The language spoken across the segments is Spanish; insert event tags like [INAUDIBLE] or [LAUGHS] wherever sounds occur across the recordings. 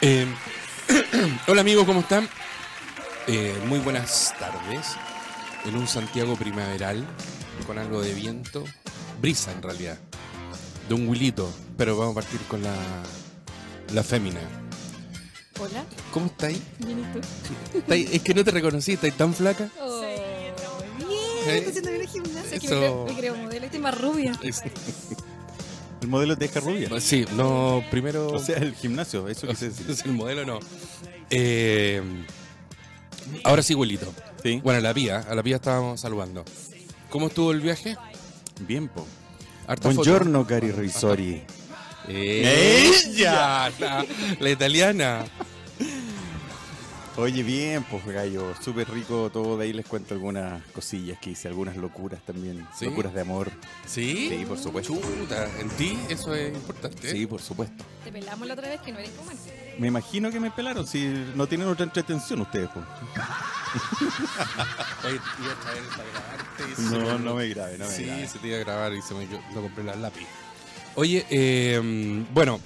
Eh, [CLEARS THROAT] hola amigos, ¿cómo están? Eh, muy buenas tardes. En un Santiago primaveral, con algo de viento, brisa en realidad, de un huilito, pero vamos a partir con la, la fémina. Hola, ¿Cómo estáis? ¿bien y tú? Oh, ¿Estáis- Es que no te reconocí, estáis tan flaca. Bien, estoy haciendo bien el gimnasio. es Que me, Eso. creo, me creo modelo, estoy más rubia. Es- El modelo te deja rubia. Sí, no, primero... O sea, el gimnasio, eso que se dice. es [LAUGHS] el modelo, no. Eh, ahora sí, huilito. Sí. Bueno, a la pía, a la pía estábamos saludando. ¿Cómo estuvo el viaje? Bien, po. Harta foto. Buongiorno, Cari Risori. Eh, ¡Ella! La, la italiana. Oye, bien, pues gallo, súper rico todo. De ahí les cuento algunas cosillas que hice, algunas locuras también. ¿Sí? Locuras de amor. ¿Sí? Sí, por supuesto. Chuta, en ti eso es importante. ¿eh? Sí, por supuesto. Te pelamos la otra vez que no eres como él. Me imagino que me pelaron, si no tienen otra entretención ustedes, pues. Oye, te iba a traer para grabarte. y se No, no me grabe, no me Sí, grabe. se te iba a grabar y se me yo no compré la lápiz. Oye, eh, bueno,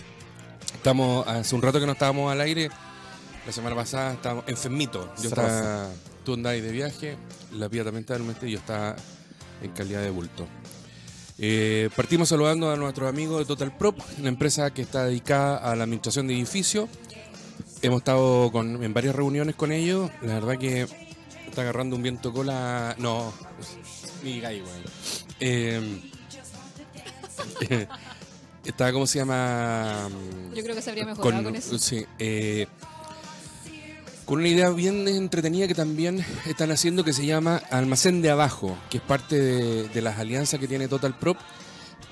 estamos hace un rato que no estábamos al aire. La semana pasada estábamos enfermitos. Yo estaba, tú andabas de viaje, la pía también estaba en un mente y yo estaba en calidad de bulto. Eh, partimos saludando a nuestros amigos de Total Prop, una empresa que está dedicada a la administración de edificios. Hemos estado con- en varias reuniones con ellos. La verdad que está agarrando un viento cola. No, ni gallo, weón. Eh, [LAUGHS] está, ¿cómo se llama? Yo creo que se habría mejorado con, eso. sí, eh, con una idea bien entretenida que también están haciendo que se llama Almacén de Abajo, que es parte de, de las alianzas que tiene Total Prop,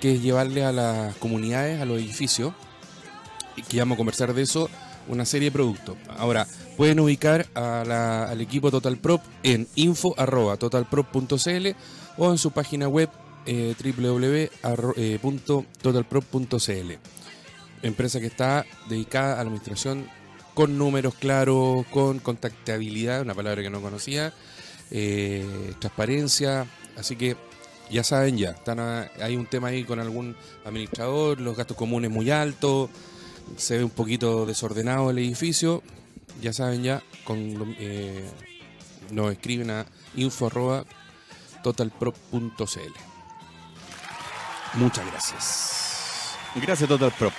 que es llevarle a las comunidades, a los edificios, y que vamos a conversar de eso, una serie de productos. Ahora, pueden ubicar a la- al equipo Total Prop en info.totalprop.cl o en su página web eh, www.totalprop.cl empresa que está dedicada a la administración con números claros, con contactabilidad, una palabra que no conocía, eh, transparencia, así que ya saben ya, están a- hay un tema ahí con algún administrador, los gastos comunes muy altos, se ve un poquito desordenado el edificio, ya saben ya, con, lo- eh, nos escriben a info arroba totalprop.cl. Muchas gracias. Gracias, Total Prop.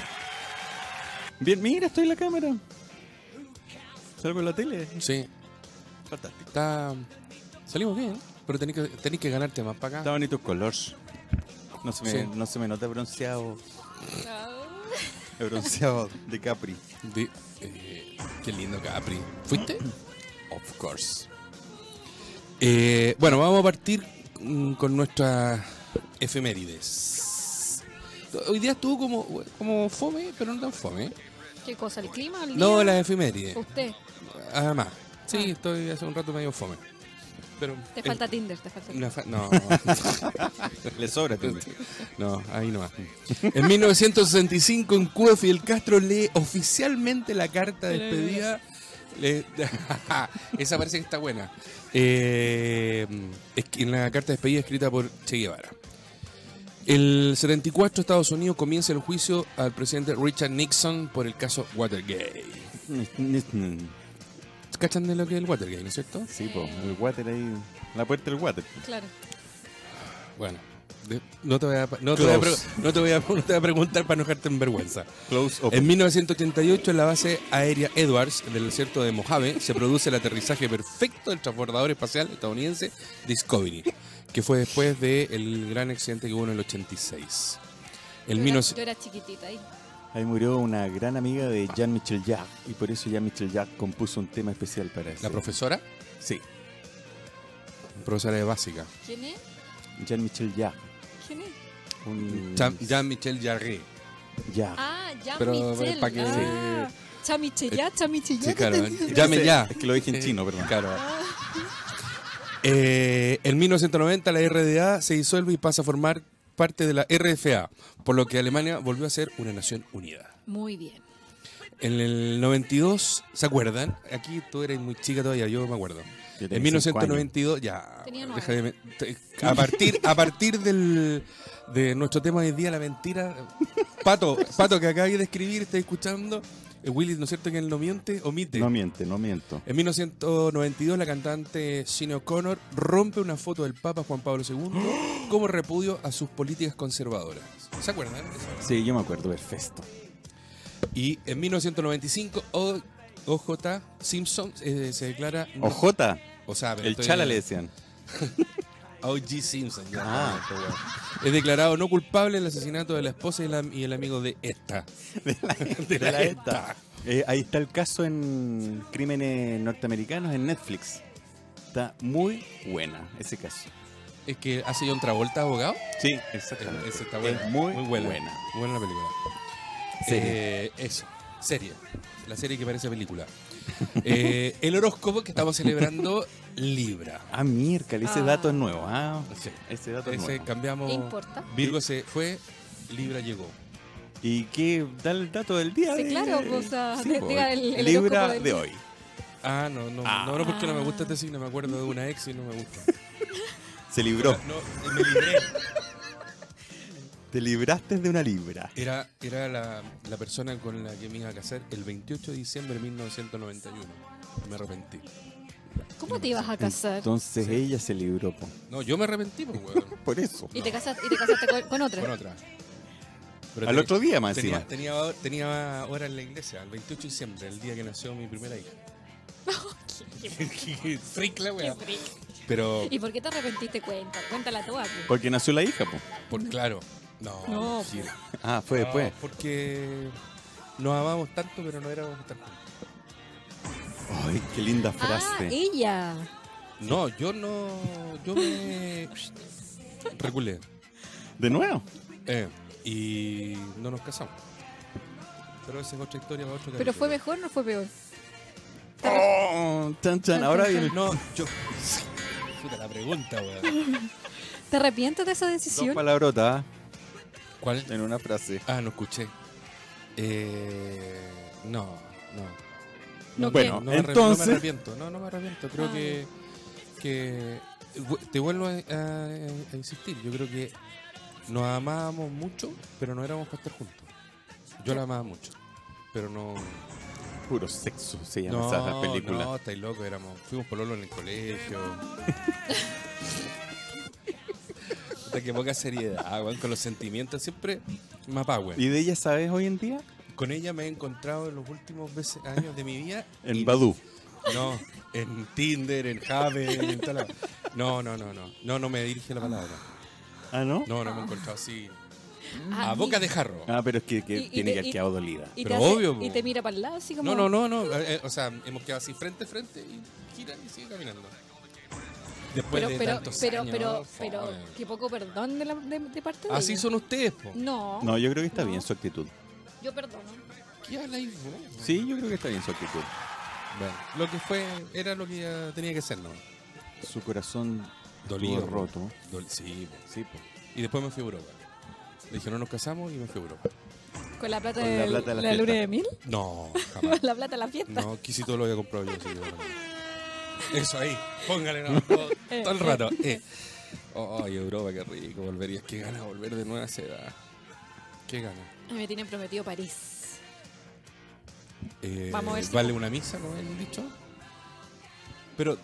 Bien, mira, estoy en la cámara. Salgo en la tele. Sí, Fantástico. Está... Salimos bien, pero tenéis que, tenés que ganarte más para Está acá. bonito el color. No se, me, Sí. no se me nota bronceado. Ah, El bronceado de Capri. Di- eh, qué lindo Capri. ¿Fuiste? Of course. Eh, bueno, vamos a partir mm, con nuestras efemérides. Hoy día estuvo como, como fome, pero no tan fome. ¿Qué cosa? ¿El clima? ¿El No, día? las efemérides. Usted, Además. Sí, estoy hace un rato medio fome. Pero Ah. te falta Tinder, te falta una Tinder. fa- [LAUGHS] no. Le sobra también. No, ahí nomás. En 1965 en Cuba Fidel Castro lee oficialmente la carta de despedida. Le- [LAUGHS] Esa parece que está buena. Eh, es que en la carta de despedida escrita por Che Guevara. El 74 Estados Unidos comienza el juicio al presidente Richard Nixon por el caso Watergate. ¿Cachan de lo que es el Watergate, no es cierto? Sí, po, el water ahí. La puerta del water. Claro. Bueno, de- no, te voy a, no, te voy a pre- Close. no te voy a- no te voy a preguntar para no dejarte en vergüenza. Close up. En 1988, en la base aérea Edwards del desierto de Mojave, se produce el aterrizaje perfecto del transbordador espacial estadounidense Discovery, que fue después del gran accidente que hubo en el 86. El yo, mino- era, yo era chiquitita ahí. Ahí murió una gran amiga de Jean-Michel Jacques. Y por eso Jean-Michel Jacques compuso un tema especial para eso. ¿La profesora? Sí. Profesora de básica. ¿Quién es? Jean-Michel Jacques. ¿Quién es? Un. Jean- Jean-Michel Jarre. Jacques. Ah, ya Pero, Michelle. ¿para qué? Eh, Ah, Chamichel, ya, Chamichel, ya. Sí, te claro. ¿eh? entendí. llame Es que- ya. Es que lo dije en chino, perdón. Claro. Eh, en 1990 la RDA se disuelve y pasa a formar parte de la RFA, por lo que Alemania volvió a ser una nación unida. Muy bien. En el 92, ¿se acuerdan? Aquí tú eres muy chica todavía, yo me acuerdo. Yo tenía en cinco años. 1992, ya. Tenía nueve. deja de men- te- a partir, a partir del, de nuestro tema de hoy día, la mentira. Pato, Pato, que acabas de escribir, estás escuchando. Eh, Willy, ¿no es cierto que él no miente? Omite. No miente, no miento. En 1992, la cantante Sinead O'Connor rompe una foto del Papa Juan Pablo II como repudio a sus políticas conservadoras. ¿Se acuerdan? de eso? Sí, yo me acuerdo del festo. Y en 1995, O- OJ Simpson eh, se declara. no- OJ, o sea, pero el estoy- chala le decían. OG Simpson. ya. Ah. Este weón. Es declarado no culpable del asesinato de la esposa y, la- y el amigo de esta. [LAUGHS] De la, [LAUGHS] De la E ETA. ETA. Eh, ahí está el caso en Crímenes Norteamericanos en Netflix. Está muy buena ese caso. Es que hace John Travolta abogado. Sí, exactamente. Esa Este está buena. Es muy, buena. buena. Buena la película. Serie. Eh, eso, serie. La serie que parece película. [LAUGHS] Eh, el horóscopo que estamos celebrando, Libra. Ah, miércoles, ese Ah. dato es nuevo. Ah, Sí. ese dato es Ese nuevo. cambiamos. importa? Virgo se fue, Libra llegó. ¿Y qué da el dato del día? Sí, de- claro, pues, o sea, Sí, de- pues, diga el- el Libra horóscopo del de día. hoy. Ah, no, no, Ah. no, no, porque no me gusta este signo, me acuerdo de una ex y no me gusta. Se libró. No, me libré. Te libraste de una libra. Era, era la, la persona con la que me iba a casar el 28 de diciembre de 1991. Me arrepentí. ¿Cómo te Mm. ibas a casar? Entonces Sí. ella se libró. po. No, yo me arrepentí, pues, weón. Por eso. ¿Y te casaste, y te casaste con, con otra? Con otra. Pero Al tenía- otro día más Tenía, encima. tenía, tenía hora en la iglesia, el 28 de diciembre, el día que nació mi primera hija. Qué Freak la Qué wea. freak. Pero, ¿Y por qué te arrepentiste? Cuenta, cuéntala toda. pues. Porque nació la hija, po. por claro. No, No, mentira. Ah, fue No, después. Porque nos amábamos tanto, pero no éramos tan Oh. Ay, qué linda Ah, frase. ella. No, yo no. Yo me. Reculé. De nuevo. Eh, y no nos casamos. Pero esa es otra historia para otro ¿Pero capítulo. fue mejor o no fue peor? Oh, chan, chan. Ahora viene el No, yo. [LAUGHS] Puta la pregunta, weón. ¿Te arrepientes de esa dos decisión? palabrotas ¿Cuál? en una frase. Ah, no escuché. Eh, no, no. No, Bueno, No me arrep- entonces- no me arrepiento, no, no me arrepiento. Creo Ah, que, que. vu- Te vuelvo a, a- a insistir. Yo creo que nos amábamos mucho, pero no éramos para estar juntos. Yo la amaba mucho, pero no. Puro sexo se llama esa No, película. no, estáis locos, éramos. Fuimos pololo en el colegio. Puta, qué poca seriedad, weón, con los sentimientos siempre mapa, weón. ¿Y de ella sabes hoy en día? Con ella me he encontrado en los últimos veces- años de mi vida. En y- Badu. No, en Tinder, en Jave, en toda la- No, no, no, no. No, no me dirige la palabra. Ah, ¿no? No, no me he encontrado así. Ah, A y- boca de jarro. Ah, pero es que, que Y- y tiene te- que haber y- quedado dolida. Y te, Pero hace- obvio, po. y te mira para el lado así como... No, no, no, no. eh, eh, o sea, hemos quedado así frente a frente y gira y sigue caminando. Después Pero, de pero, tantos pero, años, pero, ¿no? pero, Joder. qué poco perdón de, la- de- de parte de Así ella. son ustedes, po. No, No, yo creo que está No. bien su actitud. yo perdono. ¿Qué habláis vos? Sí, yo creo que está bien su actitud. Bueno, lo que fue, era lo que ya tenía que ser, ¿no? Su corazón Dolido. estuvo roto. pues. Dol- sí, po. Sí, po. Y después me fui a Europa. Le dije, no nos casamos y me fui a Europa. Con la plata, Con la del- plata de la fiesta. luna [LAUGHS] de mil, No, con jamás. [LAUGHS] la plata de la fiesta. No, quisi todo lo había comprado yo. así que bueno. Eso ahí, póngale [LAUGHS] nomás todo, todo el rato. eh. Ay, Europa, qué rico, volverías. Qué gana volver de nueva edad. Qué gana. Ay, Me tienen prometido París. Eh, Vamos a ver si- ¿Vale una misa, como el dicho? Pero,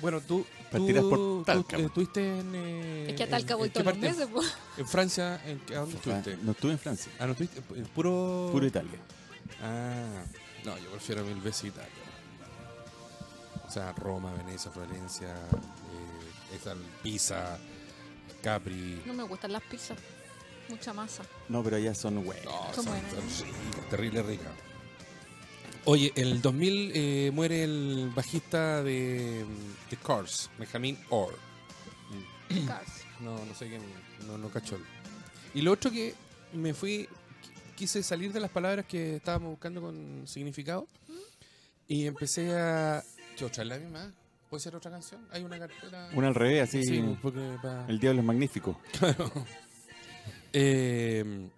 bueno, tú, tú, Partirás por tú, Talca, pues. eh, po. estuviste en... eh, es que a Talca en- voy en qué todos los parte? meses, pues, po. En Francia, ¿en qué- ¿a dónde estuviste? Ah, No estuve en Francia. Ah, no estuviste, eh, puro... Puro Italia. Ah, no, yo prefiero mil veces Italia. O sea, Roma, Venecia, Florencia, eh, esa Pisa, Capri. No me gustan las pizzas. [CLEARS THROAT] Mucha masa. No, pero allá son güey. No, Son son, buenas. son ricas, terrible rica. Oye, en el 2000 eh, muere el bajista de, de Cars, Benjamin Orr. Cars. No, no sé quién, no, no cacho. Y lo otro que me fui, qu- quise salir de las palabras que estábamos buscando con significado y empecé a... Che, ¿Otra es la misma? ¿Puede ser otra canción? ¿Hay una cartera? Una al revés, así. Sí, pues, porque pa- El diablo es magnífico. Eh,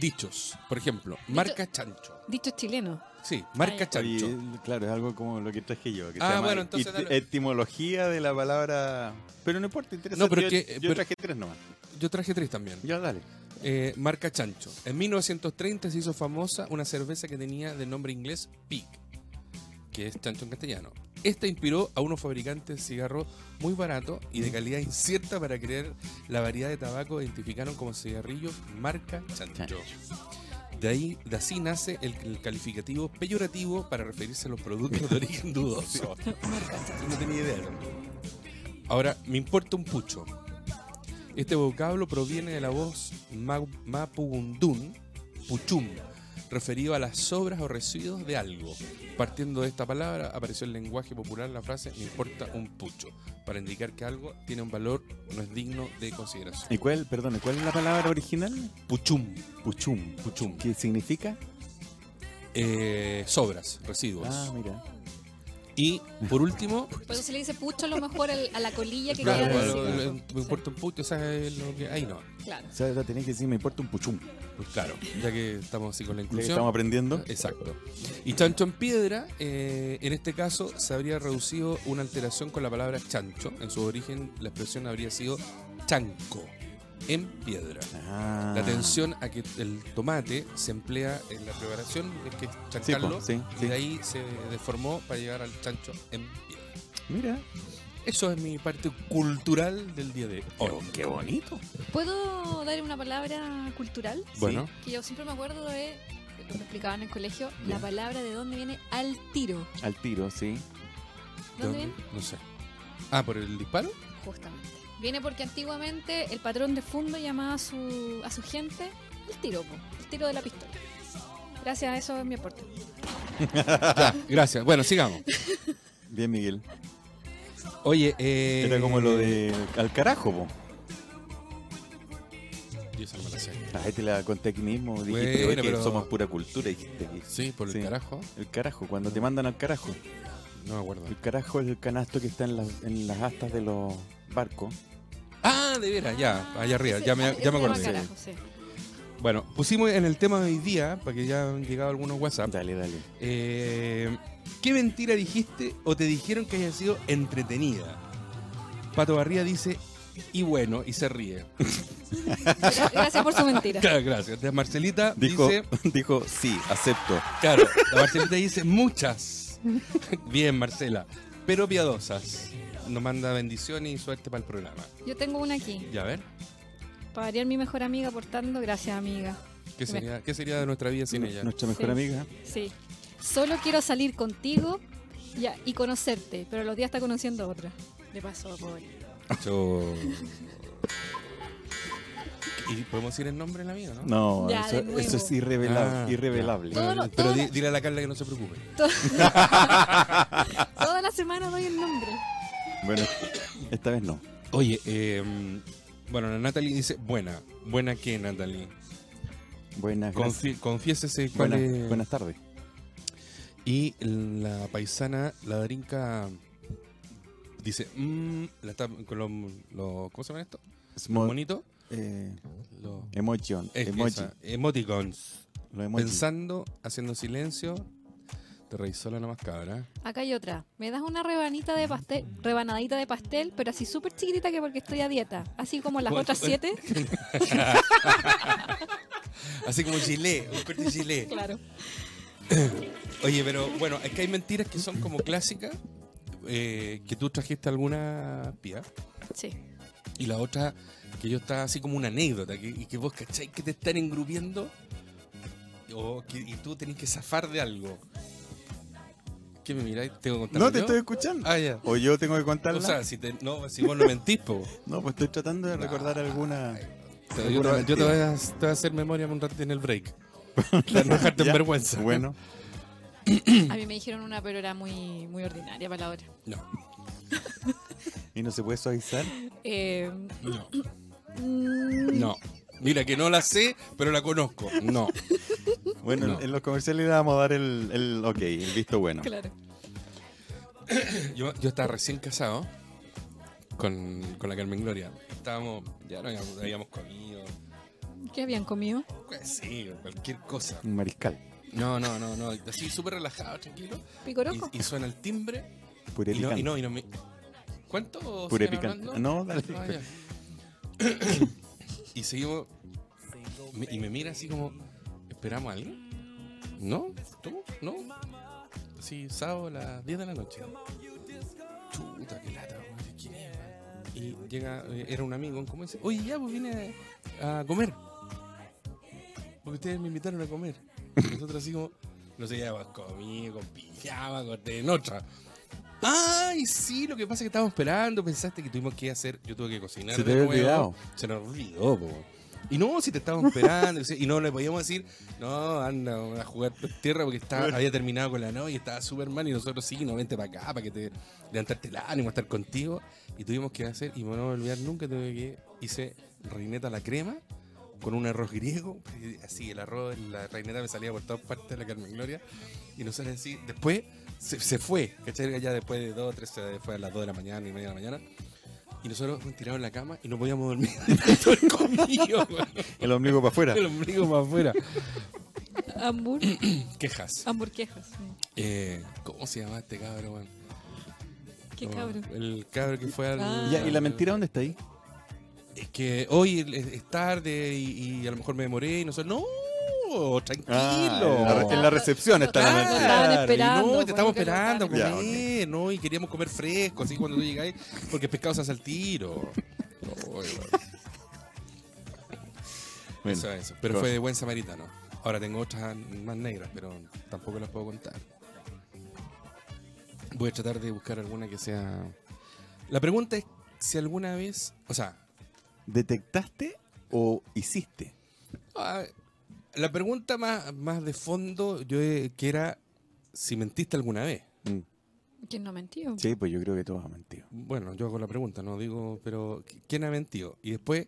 dichos, por ejemplo, marca chancho. Dicho chileno. Sí, marca Ay. chancho. Oye, claro, es algo como lo que traje yo. Que Ah, se llama bueno, entonces et- dale. etimología de la palabra. Pero no importa, interesante. No, pero yo, que- yo pero- traje tres nomás. Yo traje tres también. Ya, dale. Eh, marca Chancho. En 1930 se hizo famosa una cerveza que tenía de nombre inglés Pig, que es Chancho en castellano. Esta inspiró a unos fabricantes de cigarros muy baratos y de calidad incierta para crear la variedad de tabaco que identificaron como cigarrillos marca Chancho. De ahí, de así nace el, el calificativo peyorativo para referirse a los productos de origen dudoso. no tenía idea. Ahora, me importa un pucho. Este vocablo proviene de la voz ma- mapugundún, puchum, referido a las sobras o residuos de algo. Partiendo de esta palabra, apareció en el lenguaje popular la frase me importa un pucho, para indicar que algo tiene un valor, no es digno de consideración. ¿Y cuál, perdón, cuál es la palabra original? Puchum, Puchum. puchum. ¿Qué significa? Eh, sobras, residuos. Ah, mira. Y por último, Pero se le dice pucho a lo mejor al- a la colilla que claro, queda. lo- del lo- cigarro. me importa un pucho, ¿sabes lo que? Ahí no. Claro. O sea, ahora tenés que decir, me importa un puchum. Pues claro, ya que estamos así con la Ya que inclusión. estamos aprendiendo. Exacto. Y chancho en piedra, eh, en este caso, se habría reducido una alteración con la palabra chancho. En su origen, la expresión habría sido chanco, en piedra. Ah. La atención a que el tomate se emplea en la preparación, es que es Sí, po, chancarlo, sí, y sí. de ahí se deformó para llegar al chancho en piedra. Mira. Eso es mi parte cultural del día de hoy. qué bonito. ¿Puedo dar una palabra cultural? Bueno, Que yo siempre me acuerdo de, me explicaban en el colegio, Ya. la palabra de dónde viene al tiro. Al tiro, sí. ¿dónde? ¿Dónde viene? no sé. Ah, por el disparo. Justamente. Viene porque antiguamente el patrón de fundo llamaba a su, a su gente el tiro, po, el tiro de la pistola. Gracias a eso es mi aporte. Ya, Ah, gracias. Bueno, [LAUGHS] sigamos. Bien, Miguel. Oye, eh, Era como lo de al carajo, po. Yo esa no me la sé. Ah, te la conté aquí mismo. Dijiste Bueno, oye, que pero- somos pura cultura. Dijiste que- Sí, por el Sí. carajo. El carajo, cuando te mandan al carajo. No me acuerdo. El carajo es el canasto que está en las, en las astas de los barcos. Ah, de veras, ya, allá arriba, ya ah, me, ya me acuerdo acordé. Bueno, pusimos en el tema de hoy día, para que ya han llegado algunos WhatsApp. Dale, dale. eh, ¿Qué mentira dijiste o te dijeron que haya sido entretenida? Pato Barría dice, y bueno, y se [LAUGHS] ríe. [LAUGHS] Gracias por su mentira. Claro, gracias. De Marcelita Dijo, dice, [LAUGHS] dijo sí, acepto. claro, la Marcelita dice, muchas. Bien, Marcela, pero piadosas. Nos manda bendiciones y suerte para el programa. Yo tengo una aquí. Ya, a ver, Para variar mi mejor amiga aportando, gracias amiga. ¿qué sería, qué sería de nuestra vida sin Nu- ella? Nuestra mejor Sí. amiga. Sí. Solo quiero salir contigo y, a- y conocerte, pero a los días está conociendo a otra. Le pasó, pobre. Yo- ¿Y podemos decir el nombre de la mía, no? No, Ya, de eso, nuevo. eso es irrevelable. Ah, irrevelable. ya. Todo lo- Pero todo di- lo- dile a la Carla que no se preocupe. Ah. Toda la semana doy el nombre. Bueno, esta vez no. Oye, eh, bueno, la Natalie dice, buena. ¿Buena qué, Natalie? Buenas, gracias. Confi- confiésese cuál Buenas, es- buenas tardes. Y la paisana, la Darinka, dice, mmm, la está con los... los- ¿Cómo se llama esto? Small, bonito. eh, Los... emotion, es- emoji. esa, emoticons. Los emojis. Pensando, haciendo silencio. Te reí sola nomás, cabra. Acá hay otra. Me das una rebanita de pastel, rebanadita de pastel, pero así súper chiquitita que porque estoy a dieta. Así como las Bueno, otras bueno. [LAUGHS] siete. Así como chile, un corte chile. Claro. Oye, pero bueno, es que hay mentiras que son como clásicas, eh, que tú trajiste alguna pía, Sí. y la otra que yo estaba así como una anécdota, que, y que vos cacháis que te están engrupiendo o que- y tú tenés que zafar de algo. ¿Qué me miráis? ¿Tengo que contar No te estoy escuchando. Ah, ya. O yo tengo que contarla. O sea, si, te- no, si vos no mentís, po. no, pues estoy tratando de recordar alguna. Te- Yo, te, yo te voy a, te voy a hacer memoria un ratito en el [LAUGHS] break. Para no dejarte en Ya, vergüenza. Bueno, Mm. A mí me dijeron una, pero era muy, muy ordinaria para la hora. No, y no se puede suavizar. Eh, no. mm, No. Mira que no la sé, pero la conozco. No. Bueno, No. en los comerciales le vamos a dar el, el ok, el visto bueno. Claro. Yo, yo estaba recién casado con, con la Carmen Gloria. Estábamos, ya no habíamos, habíamos comido. ¿Qué habían comido? pues sí, cualquier cosa. Un mariscal. No, no, no, no. Así súper relajado, tranquilo. ¿Picoroco? Y, y suena el timbre. Puré Y no, picante. y no, y no me. ¿Cuánto Puré siguen picante. hablando? [COUGHS] No, dale. Ah, ya. y seguimos. Me- y me mira así como, ¿esperamos a alguien? ¿No? ¿Tú? ¿No? Sí, sábado a las 10 de la noche. Chuta, qué lata, weón, ¿de quién es, weón? Y llega, eh, era un amigo en común, dice, oye, ya, pues vine a comer. Porque ustedes me invitaron a [LAUGHS] comer. Y nosotros así como, no sé, ya, pues comí, con pijama, con té, en otra. Ay, sí, lo que pasa es que estábamos esperando, pensaste que tuvimos que hacer, yo tuve que cocinar. Se te de había nuevo. olvidado. Se nos olvidó, po. Y no, si te estábamos esperando, y sí, y no le podíamos decir, no, anda a jugar tierra porque estaba, había terminado con la novia, estaba súper mal, y nosotros sí, no, vente para acá, para que te levantarte el ánimo, estar contigo. Y tuvimos que hacer, y me no voy a olvidar nunca, tuve que hice reineta a la crema con un arroz griego, y así el arroz, la reineta me salía por todas partes de la Carmen Gloria, y nosotros así, después se, se fue, ¿cachai? Ya después de dos, tres, se fue a las dos de la mañana y media de la mañana. Y nosotros nos tirados en la cama y no podíamos dormir. [LAUGHS] Todo el comido, güey. El ombligo para afuera. El ombligo para afuera. [COUGHS] Hambur, Quejas. hamburguesas. sí. Eh, ¿Cómo se llama este cabro, güey? Qué No, cabrón. El cabro que fue al. Ah. Ya, ¿Y la mentira dónde está ahí? Es que hoy es es tarde y, y a lo mejor me demoré y nosotros. ¡No! Ah, en la, ¡Tranquilo! re- en la recepción está la Claro. mentira. Ah, estaban Claro, esperando, y No, te pues, estamos porque no esperando a comer, estaban- ¿no? Y queríamos comer fresco, así cuando tú llegáis, porque el pescado se hace al tiro. Ay, güey. [LAUGHS] Bueno, Eso, eso. Pero Claro. fue de buen samaritano. Ahora tengo otras más negras, pero tampoco las puedo contar. Voy a tratar de buscar alguna que sea. La pregunta es si alguna vez. O sea, ¿Detectaste o hiciste? ah, la pregunta más, más de fondo, yo eh, que era si mentiste alguna vez. Mm. ¿Quién no ha mentido? Sí, pues yo creo que todos han mentido. Bueno, yo hago la pregunta, no digo, pero ¿qu- ¿quién ha mentido? Y después,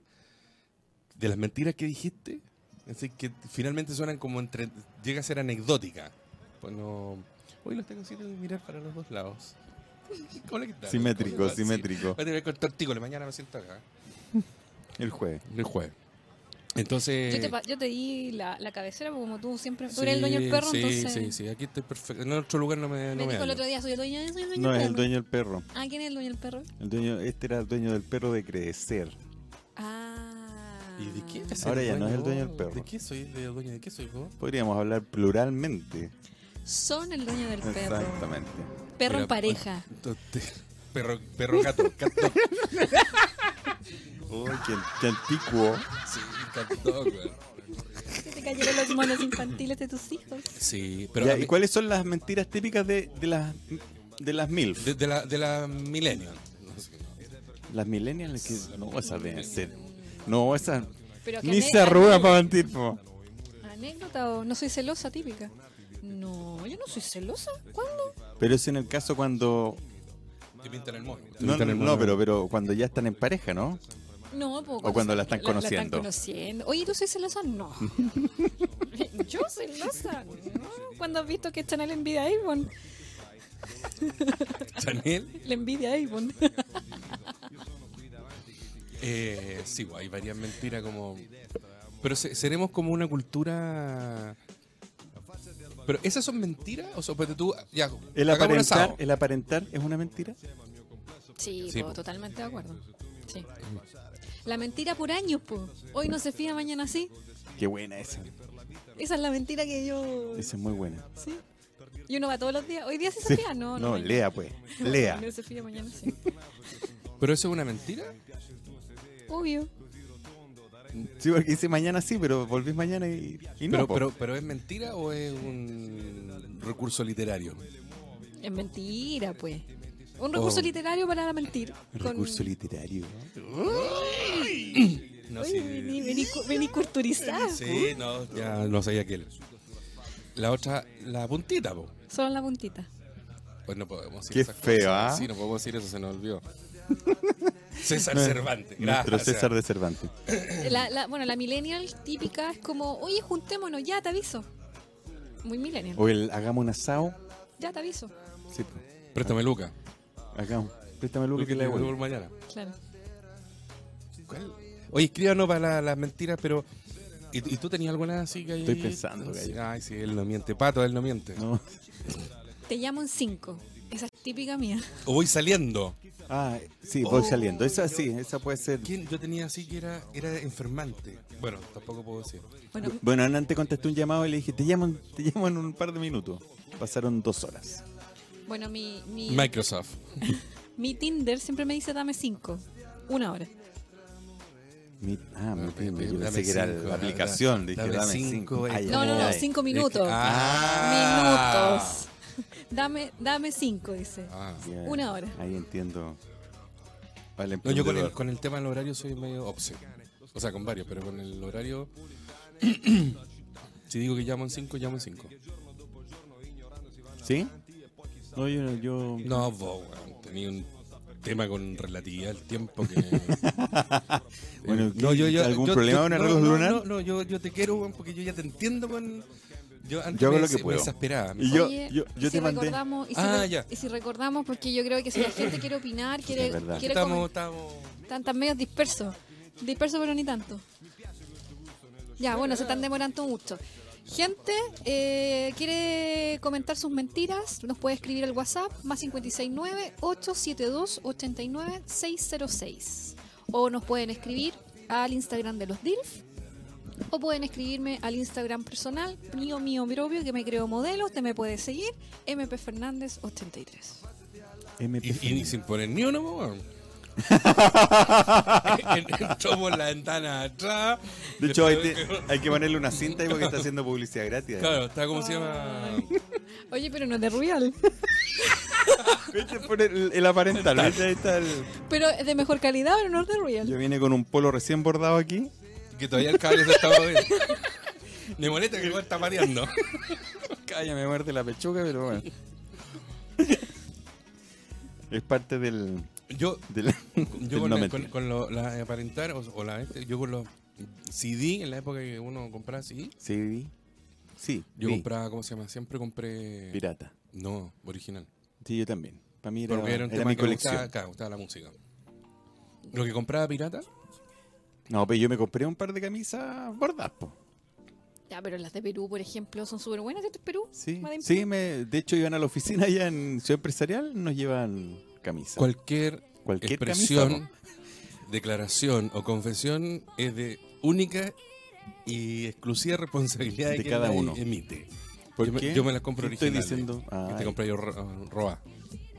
de las mentiras que dijiste, es decir, que finalmente suenan como entre. llega a ser anecdótica. Pues no. Hoy los tengo haciendo mirar para los dos lados. [LAUGHS] Hola, ¿qué tal? ¿Cómo Simétrico, les va? Sí. simétrico. Voy a tener que cortar tígole, mañana me siento acá. El jueves. El jueves. Entonces. Yo te, pa- yo te di la, la cabecera, porque como tú siempre. Tú eres el dueño del sí, perro, sí, entonces. Sí, sí, aquí estoy perfecto. En otro lugar no me. No Me me dijo el hallo. otro día, soy el dueño, soy el dueño No, del es perro. el dueño del perro. Ah, ¿quién es el dueño del perro? El dueño, este era el dueño del perro de crecer. Ah. ¿Y de qué eres Ahora el ya no es el dueño del vos? perro. ¿De qué soy? ¿De dueño de qué soy vos? Podríamos hablar pluralmente. Son el dueño del perro. Exactamente. Perro Mira, en pareja. Entonces, Perro, perro gato, [LAUGHS] gato. Uy, qué, qué antiguo. Sí, gato, güey. pues. Se te cayeron los monos infantiles de tus hijos. Sí, pero Ya, a mí- ¿Y cuáles son las mentiras típicas de, de las de las MILF? de, de la, de la millennial. No sé. Las millennials que no esas deben ser. No, esas Pero que ni ane- se arruga ane- para mentir. po. Anécdota o no soy celosa típica. No, yo no soy celosa. ¿Cuándo? Pero es en el caso cuando Te pintan el móvil. Te no, pintan el no, móvil. pero pero cuando ya están en pareja, ¿no? No, po, O cuando la están conociendo. conociendo. Oye, ¿tú soy celosa? [LAUGHS] No. yo celosa. No. Cuando has visto que Chanel envidia a Avon. Chanel, Le envidia a Avon. eh, sí, güey, hay varias mentiras como. Pero se- seremos como una cultura. Pero esas son mentiras, o sea, pues tú ya. El hagamos un aparentar, asado. el aparentar es una mentira. Sí, Sí, po, po. totalmente de acuerdo. Sí. La mentira por años, po. Hoy no se fía, mañana sí. Qué buena esa. Esa es la mentira que yo. Esa es muy buena. Sí. Y uno va todos los días. Hoy día sí se Sí. fía, no. [LAUGHS] No, mañana. lea pues. Lea. No se fía, mañana sí. Pero eso es una mentira. Obvio. Sí, porque dice mañana sí, pero volvís mañana y, y no. pero, po. pero, pero es mentira o es un recurso literario. Es mentira, pues. Un recurso Oh. literario para la mentira. Con- Recurso literario. No, Oye, sí. vení, vení, cu- vení culturizada, Sí, no, ya no sabía aquel. La otra, la puntita, po. po. Solo en la puntita. Pues no podemos decir Qué esas feo, cosas. ¿ah? Sí, no podemos decir eso, se nos [LAUGHS] olvidó. César Cervantes, Nuestro gracias. César de Cervantes. La, la- bueno, la millennial típica es como, oye, juntémonos, ya te aviso. Muy millennial. O el hagamos un asado. Ya te aviso. Sí, pues. Préstame Luca. Hagamos. Préstame el que le Luca, devuelvo. mañana. Claro. ¿Cuál? Oye, escríbanos para la- las mentiras, pero... ¿Y, y tú tenías alguna así que hay- Estoy pensando, gallo. Ay, sí, él no miente. Pato, él no miente. No. Te llamo en cinco. Esa es típica mía. [LAUGHS] O voy saliendo. Ah, sí, voy Oh. saliendo. Esa sí, esa puede ser. ¿Quién? Yo tenía así que era, era enfermante. Bueno, tampoco puedo decir. Bueno, Bueno, Hernán te contestó un llamado y le dije, te llamo, en- te llamo en un par de minutos. Pasaron dos horas. bueno mi, mi, Microsoft. mi Tinder siempre me dice dame 5. Una hora. Mi- ah, mi- Dame- mi- yo dame pensé que era cinco, la dame- aplicación. dame- Dije, dame dame, cinco, cinco. güey. Ay, No, no, no, ay. cinco Es que- minutos. Ah. Minutos. [LAUGHS] Dame, dame cinco, dice. Ah. Ya, Una hora. Ahí entiendo. Vale, No, yo con el, emprendedor. con el tema del horario soy medio obsesivo. O sea, con varios, pero con el horario. [CLEARS THROAT] si digo que llamo en 5, llamo en 5. ¿Sí? No, yo... yo... No, vos, weón, tenía un tema con relatividad al tiempo que. [LAUGHS] Bueno, ¿algún problema con no, arreglos no, lunar? No, no, yo, yo te quiero, weón, porque yo ya te entiendo con. Yo, antes Yo hago me lo que des- me puedo. desesperaba. me- Y yo, Oye, yo, yo si te mandé... recordamos, y si, Ah, re- ya. y si recordamos, porque yo creo que si la gente quiere opinar, quiere, Es verdad. quiere Estamos, comentar, estamos. están tan medio dispersos. Dispersos, pero ni tanto. Ya, bueno, se están demorando mucho. Gente, eh, quiere comentar sus mentiras, nos puede escribir al WhatsApp más 569-872-89606. O nos pueden escribir al Instagram de los DILF. O pueden escribirme al Instagram personal, mío, mío, propio, que me creo modelo. Usted me puede seguir, MP Fernández 83. MP Y, y sin poner ni uno, [LAUGHS] weón. [LAUGHS] Entró por la ventana atrás. De hecho, hay, te- hay que ponerle una cinta ahí porque está haciendo publicidad gratis. Claro, está como se llama. Oye, pero no es de Rubial, Vete por el, el aparental. vete, ahí está el- pero es de mejor calidad, pero no es de Rubial. Yo vine con un polo recién bordado aquí. Que todavía el cable se estaba bien. [LAUGHS] Me molesta que igual está mareando. Calla, me muerde la pechuga, pero bueno. [LAUGHS] es parte del. Yo, [LAUGHS] del- yo con, del no la, mentir. con, con lo- la aparentar o, o la este, yo con los CD, en la época que uno compraba CD, Sí, sí. yo sí, compraba, ¿cómo se llama? Siempre compré. Pirata. No, original. Sí, yo también. Para mí era, Porque era un era tema mi que me gustaba, colección. claro, gustaba la música. Lo que compraba pirata, No, pero yo me compré un par de camisas bordadas, po. Ya, pero las de Perú, por ejemplo, son súper buenas, ¿cierto? ¿Es Perú? Sí, Made in sí Perú. me, de hecho iban a la oficina allá en Ciudad Empresarial, nos llevan camisas. cualquier, Cualquier expresión, camisa, declaración o confesión es de única y exclusiva responsabilidad De quien cada la uno. emite. ¿Por yo, me- qué? yo me las compro ¿Qué estoy originales. diciendo? Que Ay. te compré yo ro- roba.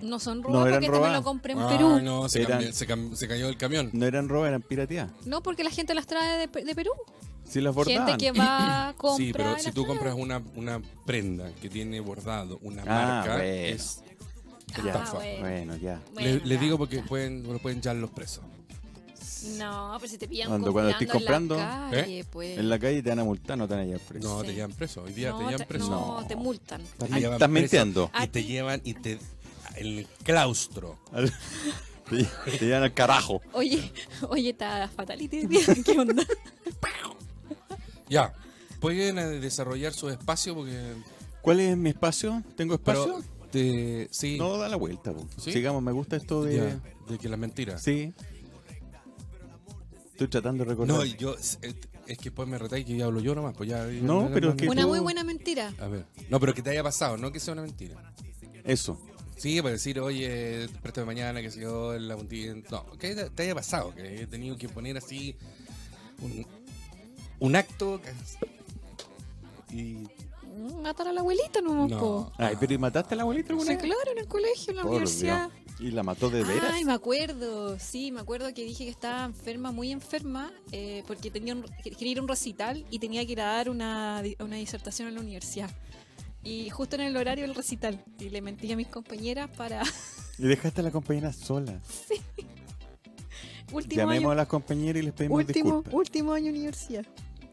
No son robadas No, eran porque también robadas. lo compré en Ah, Perú. No. No, se, Eran- cambió- se cam- se cayó el camión. No eran roba, eran pirateadas. porque la gente las trae de, Pe- de Perú. [LAUGHS] Sí las bordaban. Gente que va a comprar. sí, pero si las tú trae. compras una, una prenda que tiene bordado una Ah, marca, bueno. es Ah, estafa. bueno. Bueno, ya. Bueno, le, le ya. digo porque pueden, lo pueden echar los presos. No, pues, pero si te pillan comprando, Cuando- cuando estoy en la comprando, ¿eh? calle, pues. En la calle te van a multar, no te van a llevar preso. No, te Sí. llevan preso. Hoy día no, te te- llevan preso. no, No. te multan. Te Estás min- llevan estás preso mintiendo. Y te llevan y te. El claustro. Al- [LAUGHS] te, lle- te llevan al carajo. Oye, [LAUGHS] oye, está fatality. [LAUGHS] hoy día, ¿Qué onda? Ya. Pueden eh, desarrollar su espacio porque. ¿Cuál es mi espacio? ¿Tengo espacio? Pero. Te, sí. no, da la vuelta. po. ¿Sí? Sigamos, me gusta esto de... ya, de que las mentiras. Sí. Estoy tratando de recordar. No, y yo. Es es que después me retáis que ya hablo yo nomás. Pues ya, No, pero es que Una tú- muy buena mentira. A ver. No, pero que te haya pasado, no que sea una mentira. Eso. Sí, para decir, oye, préstame mañana, que se yo, en la puntilla. No, que te, te haya pasado, que he tenido que poner así un, un acto. que- Y. Mm, Matar a la abuelita nomás, No. po. Ay, pero ¿y mataste a la abuelita O alguna sea, vez? claro, en el colegio, en la Por universidad. Dios. ¿Y la mató de veras? Ay, me acuerdo, sí, me acuerdo que dije que estaba enferma, muy enferma, eh, porque tenía un- quería ir a un recital y tenía que ir a dar una, di- una disertación en la universidad. Y justo en el horario del recital. Y le mentí a mis compañeras para [LAUGHS] Y dejaste a la compañera sola. último Llamemos año, a las compañeras y les pedimos último, disculpas. último año universidad.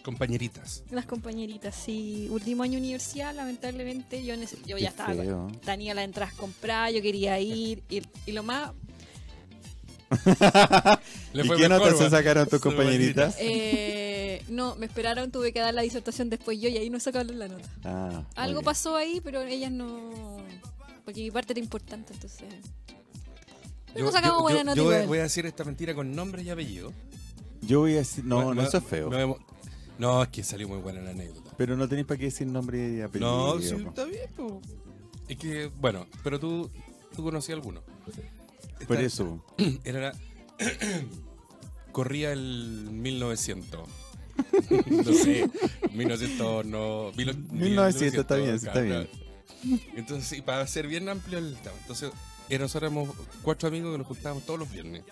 Compañeritas. Las compañeritas, sí, último año universidad, lamentablemente yo, nece- yo Qué ya estaba, feo. tenía las entradas compradas, yo quería ir, y, y lo [LAUGHS] más Le ¿Y fue qué mejor, notas se weón. sacaron tus Su compañeritas? Eh, no, me esperaron, tuve que dar la disertación después yo y ahí no sacaron la nota. Ah, Algo muy bien. pasó ahí, pero ellas no. Porque mi parte era importante, entonces. Pero no sacamos buena nota voy, igual. voy a decir esta mentira con nombre y apellido. Yo voy a decir... No, Me- no, me- eso es feo. me voy a- no, es que salió muy buena la anécdota. Pero no tenéis para qué decir nombre y apellido. No, sí, po. está bien, po. Es que, bueno, pero tú tú conocías alguno. Por Esta- eso. Era [CLEARS THROAT] la- Corría el [LAUGHS] 1900. no sé, 1900 no... mil och- 1900, está bien, está bien. claro. Entonces, sí, para ser bien amplio el tema. Entonces, eh, nosotros éramos cuatro amigos que nos juntábamos todos los viernes.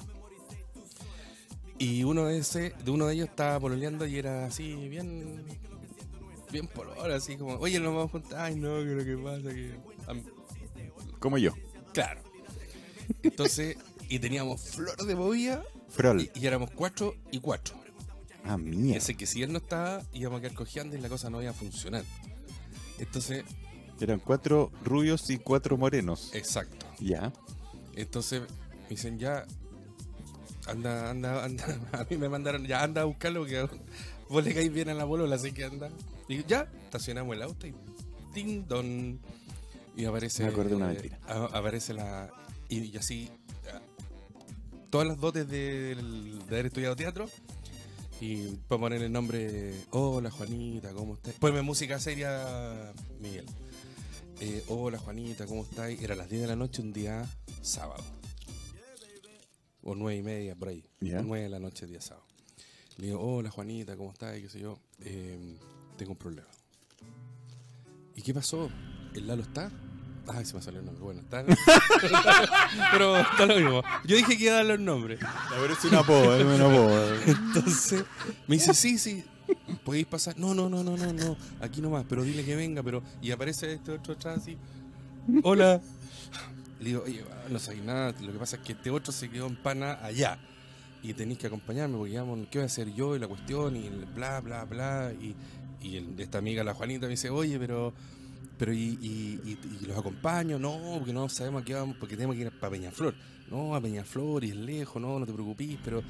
Y uno de ese, de uno de ellos estaba pololeando y era así, bien... Bien pololo, así como, oye, nos vamos a juntar. Ay, no, que lo que pasa que... am- Como yo. Claro. Entonces, y teníamos flor de bobilla Frol. y, y éramos cuatro y cuatro. Ah, mía. Pensé que si él no estaba, íbamos a quedar cojeando y la cosa no iba a funcionar. Entonces, Eran cuatro rubios y cuatro morenos. exacto. Ya. Entonces, me dicen ya, anda, anda, [LAUGHS] anda. A mí me mandaron, ya anda a buscarlo porque vos le caís bien a la bolola, así que anda. Y ya, estacionamos el auto y ding don. Y aparece. Me acordé de una mentira. a- aparece la. Y, y así. ah, Todas las dotes del- de haber estudiado teatro. Y para poner el nombre. Hola Juanita, ¿cómo estás? Ponme música seria, Miguel. Eh, Hola Juanita, ¿cómo estáis? Era las 10 de la noche un día sábado. O nueve y media, por ahí. Ya. Nueve de la noche, día sábado. Le digo, hola Juanita, ¿cómo estás? Y qué sé yo. "Eh, tengo un problema. ¿Y qué pasó? ¿El Lalo está? Ay, se me salió el nombre. Bueno, está. [LAUGHS] Pero está lo mismo. Yo dije que iba a dar los nombres. Ahora es una boba, es una boba. Entonces me dice, sí, sí, podéis pasar. No, no, no, no, no, no, aquí nomás, pero dile que venga, pero. Y aparece este otro atrás así. Hola. Le digo, oye, weón, no sabéis nada, lo que pasa es que este otro se quedó en pana allá. Y tenéis que acompañarme, porque digamos, ¿qué voy a hacer yo? Y la cuestión, y el bla, bla, bla. Y, y el- esta amiga, la Juanita, me dice, oye, pero. Pero y, y- y- y los acompaño, no, porque no sabemos a qué vamos, porque tenemos que ir para Peñaflor. No, a Peñaflor y es lejos, no, no te preocupes, pero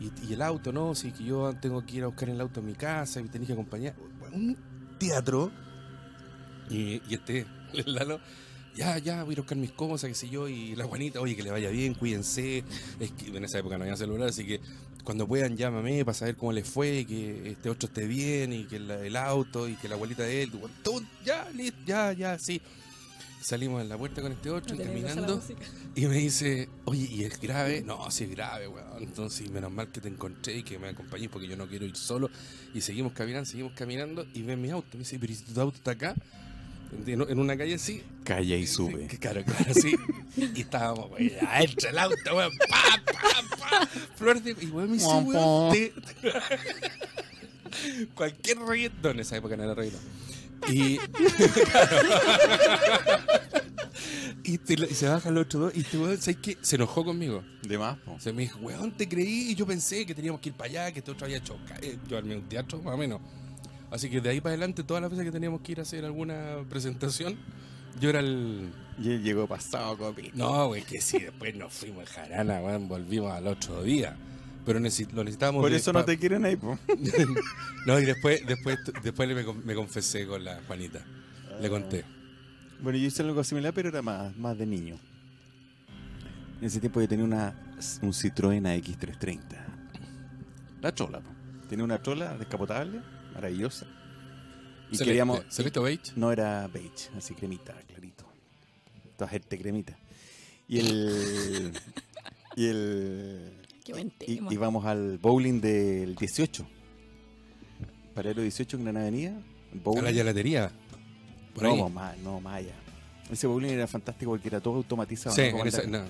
y, y el auto, no, si que yo tengo que ir a buscar el auto en mi casa y me tenés que acompañar. Un teatro. Y, y este, [LAUGHS] el Lalo, ya, ya, voy a ir a buscar mis cosas, qué sé yo, y la Juanita, oye, que le vaya bien, cuídense. Es que en esa época no había celular, así que cuando puedan llámame para saber cómo les fue, que este otro esté bien, y que la- el auto, y que la abuelita de él, bueno, todo, ya, listo, ya, ya, sí. Salimos en la puerta con este otro, No y te le digas a la caminando. música. Y me dice, oye, ¿y es grave? No, sí es grave, weón. Entonces, menos mal que te encontré y que me acompañé porque yo no quiero ir solo. Y seguimos caminando, seguimos caminando y ven mi auto. Me dice, pero ¿y si tu auto está acá? En, en una calle así. [LAUGHS] Calla y sube. Que Claro, claro, sí. y estábamos, weón, adentro el auto, weón. Pa, pa, pa. Flor de... Y weón me dice, Pom, weón, pom. te- [LAUGHS] Cualquier reggaetón en esa época no era reggaetón. Y... [LAUGHS] y, te lo- y se baja el otro dos y este weón, ¿sabes qué? Se enojó conmigo. De más, po. O sea, me dijo, weón, te creí y yo pensé que teníamos que ir para allá, que este otro había hecho ca- eh, Yo armé un teatro, más o menos. Así que de ahí para adelante, todas las veces que teníamos que ir a hacer alguna presentación, yo era el... Y él llegó pasado, copi. No, güey, que sí, después nos fuimos a Jarana, weón, volvimos al otro día. Pero necesi- lo necesitábamos... Por de- eso no pa- te quieren ahí, po. [LAUGHS] no, y después, después, después me, con- me confesé con la Juanita. Le conté. Ah, Bueno, yo hice algo similar, pero era más, más de niño. En ese tiempo yo tenía una, un Citroën AX330. La chola, po. Tenía una chola descapotable, maravillosa. Y Celeste. queríamos... Celeste Beige. No era beige, así cremita, clarito. Toda gente cremita. Y el... y el... Qué buen Y, tema. y vamos al bowling del 18. Paralelo 18 en Gran Avenida. el A la Bowling. gelatería. Por ahí. no, más, no, más allá. Ese bowling era fantástico porque era todo automatizado. sí, ¿no? en Como esa, andar. no.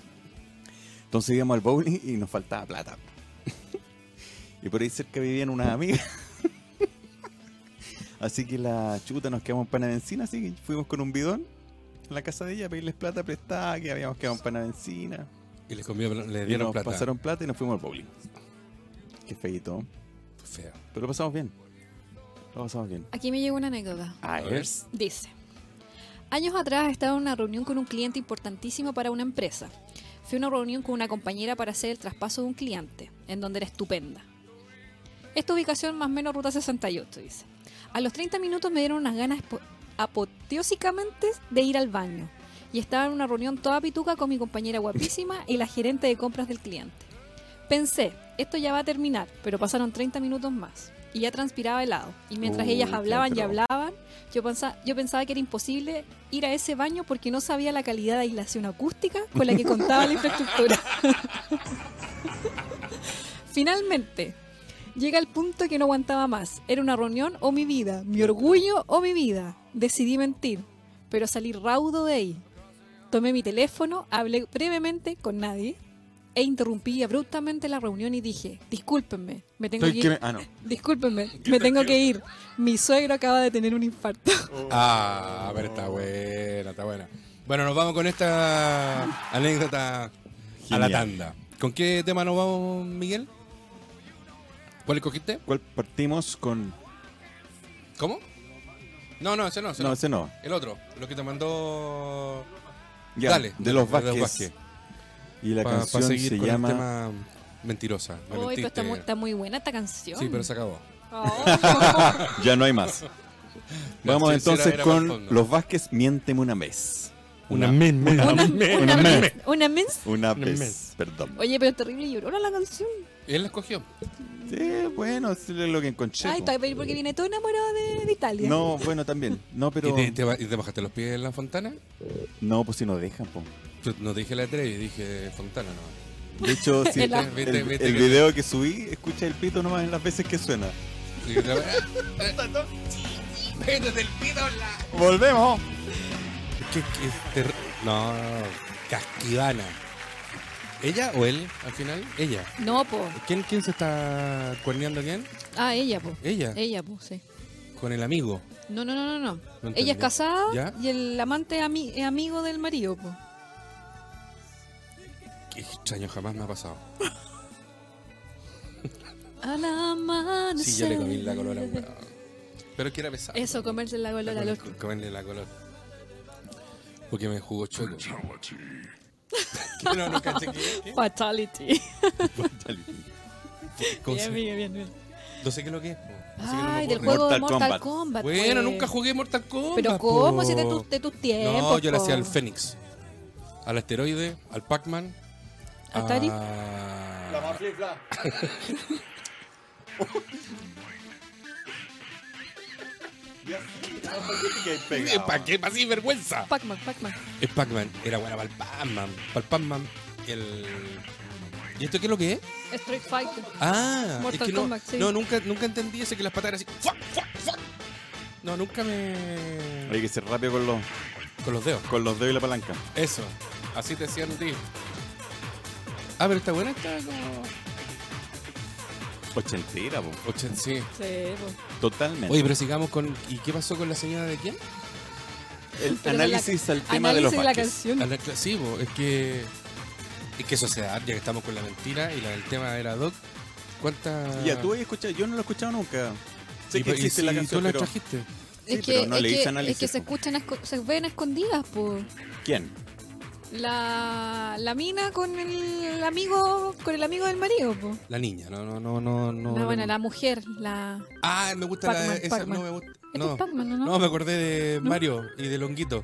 Entonces íbamos al bowling y nos faltaba plata. [LAUGHS] y por ahí cerca vivían unas amigas. [LAUGHS] así que la chuta nos quedamos en pana de benzina, así que fuimos con un bidón a la casa de ella a pedirles plata prestada, que habíamos quedado en pana de benzina. Y les comió, le Y dieron nos plata. pasaron plata y nos fuimos al bowling. Qué feito. Feo. Pero lo pasamos bien. Lo pasamos bien. Aquí me llegó una anécdota. A ver. Dice, años atrás estaba en una reunión con un cliente importantísimo para una empresa. Fui a una reunión con una compañera para hacer el traspaso de un cliente, en donde era estupenda. Esta ubicación más o menos ruta 68, dice. A los 30 minutos me dieron unas ganas apo- apoteósicamente de ir al baño. Y estaba en una reunión toda pituca con mi compañera guapísima y la gerente de compras del cliente. Pensé, esto ya va a terminar, pero pasaron 30 minutos más. Y y ya transpiraba helado. Y mientras Uy, ellas qué hablaban y atroz. hablaban, yo, pensa- yo pensaba que era imposible ir a ese baño porque no sabía la calidad de aislación acústica con la que contaba [LAUGHS] la infraestructura. [LAUGHS] Finalmente, llega el punto que no aguantaba más. Era una reunión o mi vida, mi orgullo o mi vida. Decidí mentir, pero salí raudo de ahí. Tomé mi teléfono, hablé brevemente con nadie e interrumpí abruptamente la reunión y dije, discúlpenme, me tengo Estoy que ir. que- Ah, no. [LAUGHS] Discúlpenme, me tengo que ir. Mi suegro acaba de tener un infarto. Ah, pero está buena, está buena. Bueno, nos vamos con esta anécdota a la Genial. tanda. ¿Con qué tema nos vamos, Miguel? ¿Cuál escogiste? ¿Cuál partimos con.? ¿Cómo? No, no, ese no, ese No, no. ese no. El otro, lo que te mandó. Ya, Dale. De los Dale, Vázquez. de los Y la Para canción seguir se con llama. el tema mentirosa. Me Uy, pero mentiste. está muy, está muy buena esta canción. Sí, pero se acabó. Oh. Ya no [LAUGHS] hay más. Vamos La entonces sincera era más con fondo. los Vázquez, miénteme una vez. Una, men, men. una, una una mens- una mens. una Una vez. mes. Perdón. Oye, pero terrible llorona la canción. Él la escogió. Sí, bueno, es lo que encontré. Ay, po. está bien porque viene todo enamorado de, de Italia. No, bueno, también. No, pero. ¿Y, te, te ba- y te bajaste los pies en la fontana? No, pues si nos dejan, po. Yo no te dije la Trevi, dije fontana no. [LAUGHS] De hecho, sí, En la- el, Viste, viste el que- video que subí, escucha el pito nomás en las veces que suena. Dije, eh, Métete el pito en la... [LAUGHS] ¡Volvemos! ¿Qué, qué ter- No, casquivana. ¿Ella o él al final? Ella. No, po. ¿Quién, quién se está cuerneando a quién? Ah, ella, po. Ella, Ella, po, sí. con el amigo. No, no, no, no. no. entendí. ella es casada ¿Ya? y el amante es ami- es amigo del marido, po. Qué extraño, jamás me ha pasado. Al amanecer. Sí, yo le comí la color a un weón. Pero que era pesado. Eso, comerse la color al otro. Comerle la color. Porque me jugó chueco. Que [LAUGHS] no, no caché que- [LAUGHS] Fatality. que- con- Bien, bien, bien, bien. No sé qué es lo que es. po. No sé qué es lo Ay, que del ocurre. juego de Mortal Mortal Kombat. Kombat. Bueno, pues. nunca jugué Mortal Kombat. Pero ¿cómo? po. Si es de tus de tus tiempos. No, yo le hacía po. al Fénix. Al asteroide, al Pac-Man. Ah, Atari. a- ¿Para qué? Para sin vergüenza. Pac-Man, Pac-Man. El Pac-Man. Era buena para el Pac-Man. Para el Pac-Man. El... ¿Y esto qué es lo que es? Street Fighter. Ah, Mortal es que no, Kombat, sí. no, nunca, nunca entendí ese que las patas eran así. ¡Fuck, fuck, fuck! No, nunca Hay me. que ser rápido con los, Con los dedos. con los dedos y la palanca. Eso. Así te decían, tío. Ah, pero está buena esta como. Ochentera, po. Ochen- sí. Sí, po. Totalmente. Oye, pero sigamos con. ¿Y qué pasó con la señora de quién? el pero análisis al tema de Análisis los de la A Vázquez. canción. la cla- sí, bo, es que. Es que eso se da, ya que estamos con la mentira y la, el tema era Doc. ¿Cuántas. Ya, tú habías escuchado, yo no lo he escuchado nunca. Sé y, pues, que y existe si la canción, tú la pero trajiste. Sí, pero no es le hice que- análisis, es que se po. escuchan, a esco- se ven a escondidas, po. ¿quién? La, la mina con el amigo, con el amigo del marido, po. La niña, no, no, no, no. no, No, bueno, la mujer, la... Ah, me gusta la. Pac-Man, Esa Pac-Man. no me gusta. Este No. es Pac-Man, ¿o ¿no? No, me acordé de Mario y del honguito.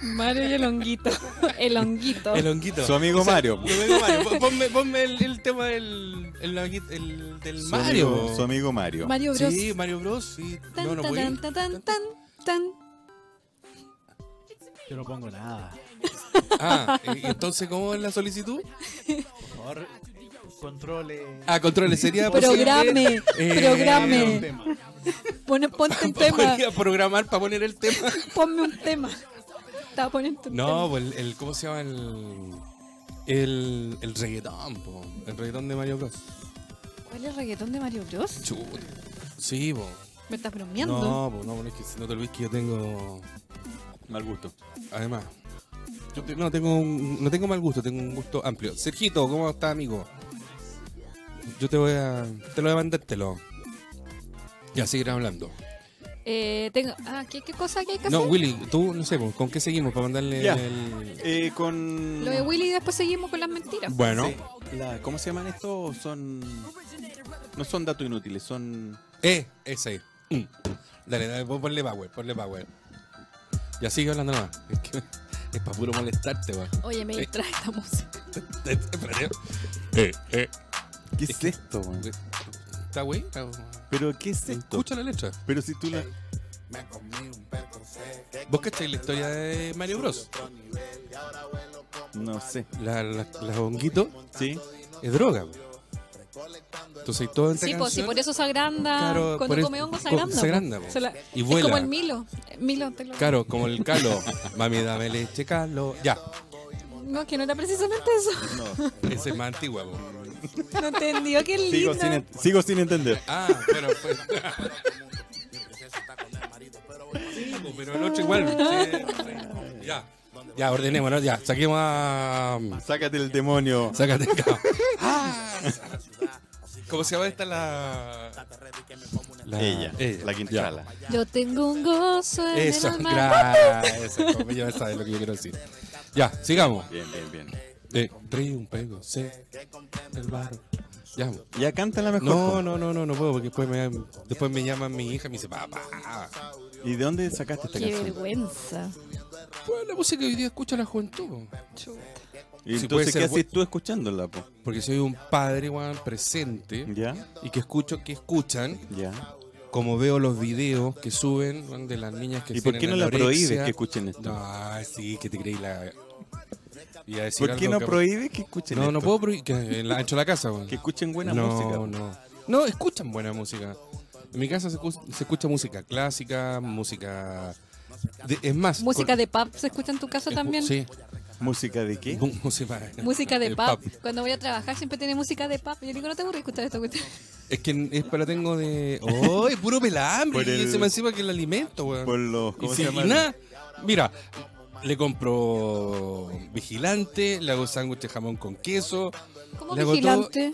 Mario y [LAUGHS] el honguito. El honguito. El honguito. Su amigo Mario. Su amigo Mario. Pon- Ponme, ponme el, el tema del, el honguito- el- del Su Mario. amigo- su amigo Mario. Mario Bros. Sí, Mario Bros. Sí. Tan, No, no tan, voy. tan, tan, tan, tan. Yo no pongo nada. Ah, y entonces, ¿cómo es la solicitud? Por favor, controle. Ah, controle, [LAUGHS] sería posible? Programe, Eh, Ponga [LAUGHS] un programe. tema. Pone- ponte [LAUGHS] un tema, Podría programar para poner el tema. ponme un tema. Estaba poniendo [LAUGHS] un No, pues el, el- ¿cómo se llama el el, el reggaetón, po, el reggaetón de Mario Bros. tema. ¿Cuál es el reggaetón de Mario Bros? Chuta. Sí, po. ¿Me estás bromeando? No, po, no, bueno, es que si no te olvides que yo tengo Mal gusto. además yo te- no tengo un- no tengo mal gusto, tengo un gusto amplio. Sergito, ¿cómo estás, amigo? Yo te voy a te lo voy a mandar, te lo. Ya seguirás hablando. Eh, tengo, ah, ¿qué, ¿Qué cosa que hay que No, hacer? Willy, tú no sé, po, ¿con qué seguimos para mandarle Ya. el Eh, con... Lo de Willy y después seguimos con las mentiras. Bueno, Sí, la- ¿Cómo se llaman estos? Son... No son datos inútiles, son... eh, ese. Mm. Dale, dale, pon- ponle power, ponle power. Ya sigue hablando nomás. Es que es para puro molestarte, weón. [LAUGHS] Oye, me Sí. distrae esta música. Espérate. Eh, eh. ¿Qué es esto? weón? Está está güey? ¿Pero qué es esto? Escucha la letra. Pero si tú la... ¿Vos cacháis la historia de Mario Bros? No sé. La, la, la honguito ¿Sí? es droga, güey. Entonces, todo en Sí, pues, si por eso se agranda. Claro, cuando por eso- come hongo co- se agranda. se po. agranda, po. Se la- Y Es vuela. como el Milo. Eh, Milo, te lo- Claro, como el calo. Mami, dame leche, calo. Ya, No, que no era precisamente eso. [LAUGHS] No. esa es más antigua, güey. No entendió, qué Sigo lindo. sin, en- sigo sin entender. Ah, pero pues. [LAUGHS] Sí, po, pero el otro igual. sí. Ya, ya, ordenémonos, ya. Saquemos a. Sácate el demonio. Sácate acá. Ah, ¿Cómo se llama esta la. la- Ella, la Quintala. Yo tengo un gozo ya. en Eso, el alma. gracias. como Ya sabes lo que yo quiero decir. Ya, sigamos. Bien, bien, bien. Eh, ríe un pego, sé. El bar. Ya. Ya canta la mejor. No, po. no, no, no, no puedo, porque después me, después me llama mi hija y me dice, papá. ¿Y de dónde sacaste esta Qué canción? vergüenza. Pues la música que hoy día escucha la juventud. Y Si puede entonces, ser ¿qué bu- ¿Eh? haces tú escuchándola, po? Porque soy un padre, weón, presente. ¿Ya? Y que escucho, que escuchan, ¿Ya? como veo los videos que suben weón, de las niñas que ¿Y por qué no tienen la prohíbes anorexia. que escuchen esto? No, sí, que te creí la... iba a decir ¿Por qué algo no que- prohíbes que escuchen No, esto? no puedo prohibir, que en la, ancho de la casa, weón. Que escuchen buena no, música. po. No, no. escuchan buena música. En mi casa se, cu- se escucha música clásica, música... de- es más... Música con- de pub se escucha en tu casa es mu- también. Sí, [LAUGHS] ¿Música de qué? mu- música, Música de el pub. pub. Cuando voy a trabajar siempre tiene música de pub. Yo digo, no te aburres [LAUGHS] escuchar esto. cuestión. Es que es para tengo de... ¡Oh, es puro pelambre! Por Y el- encima encima que el alimento, weón. Por los... Y ¿Cómo si- se llama? y nada, mira, le compro vigilante, le hago sándwich de jamón con queso. ¿Cómo Le hago vigilante?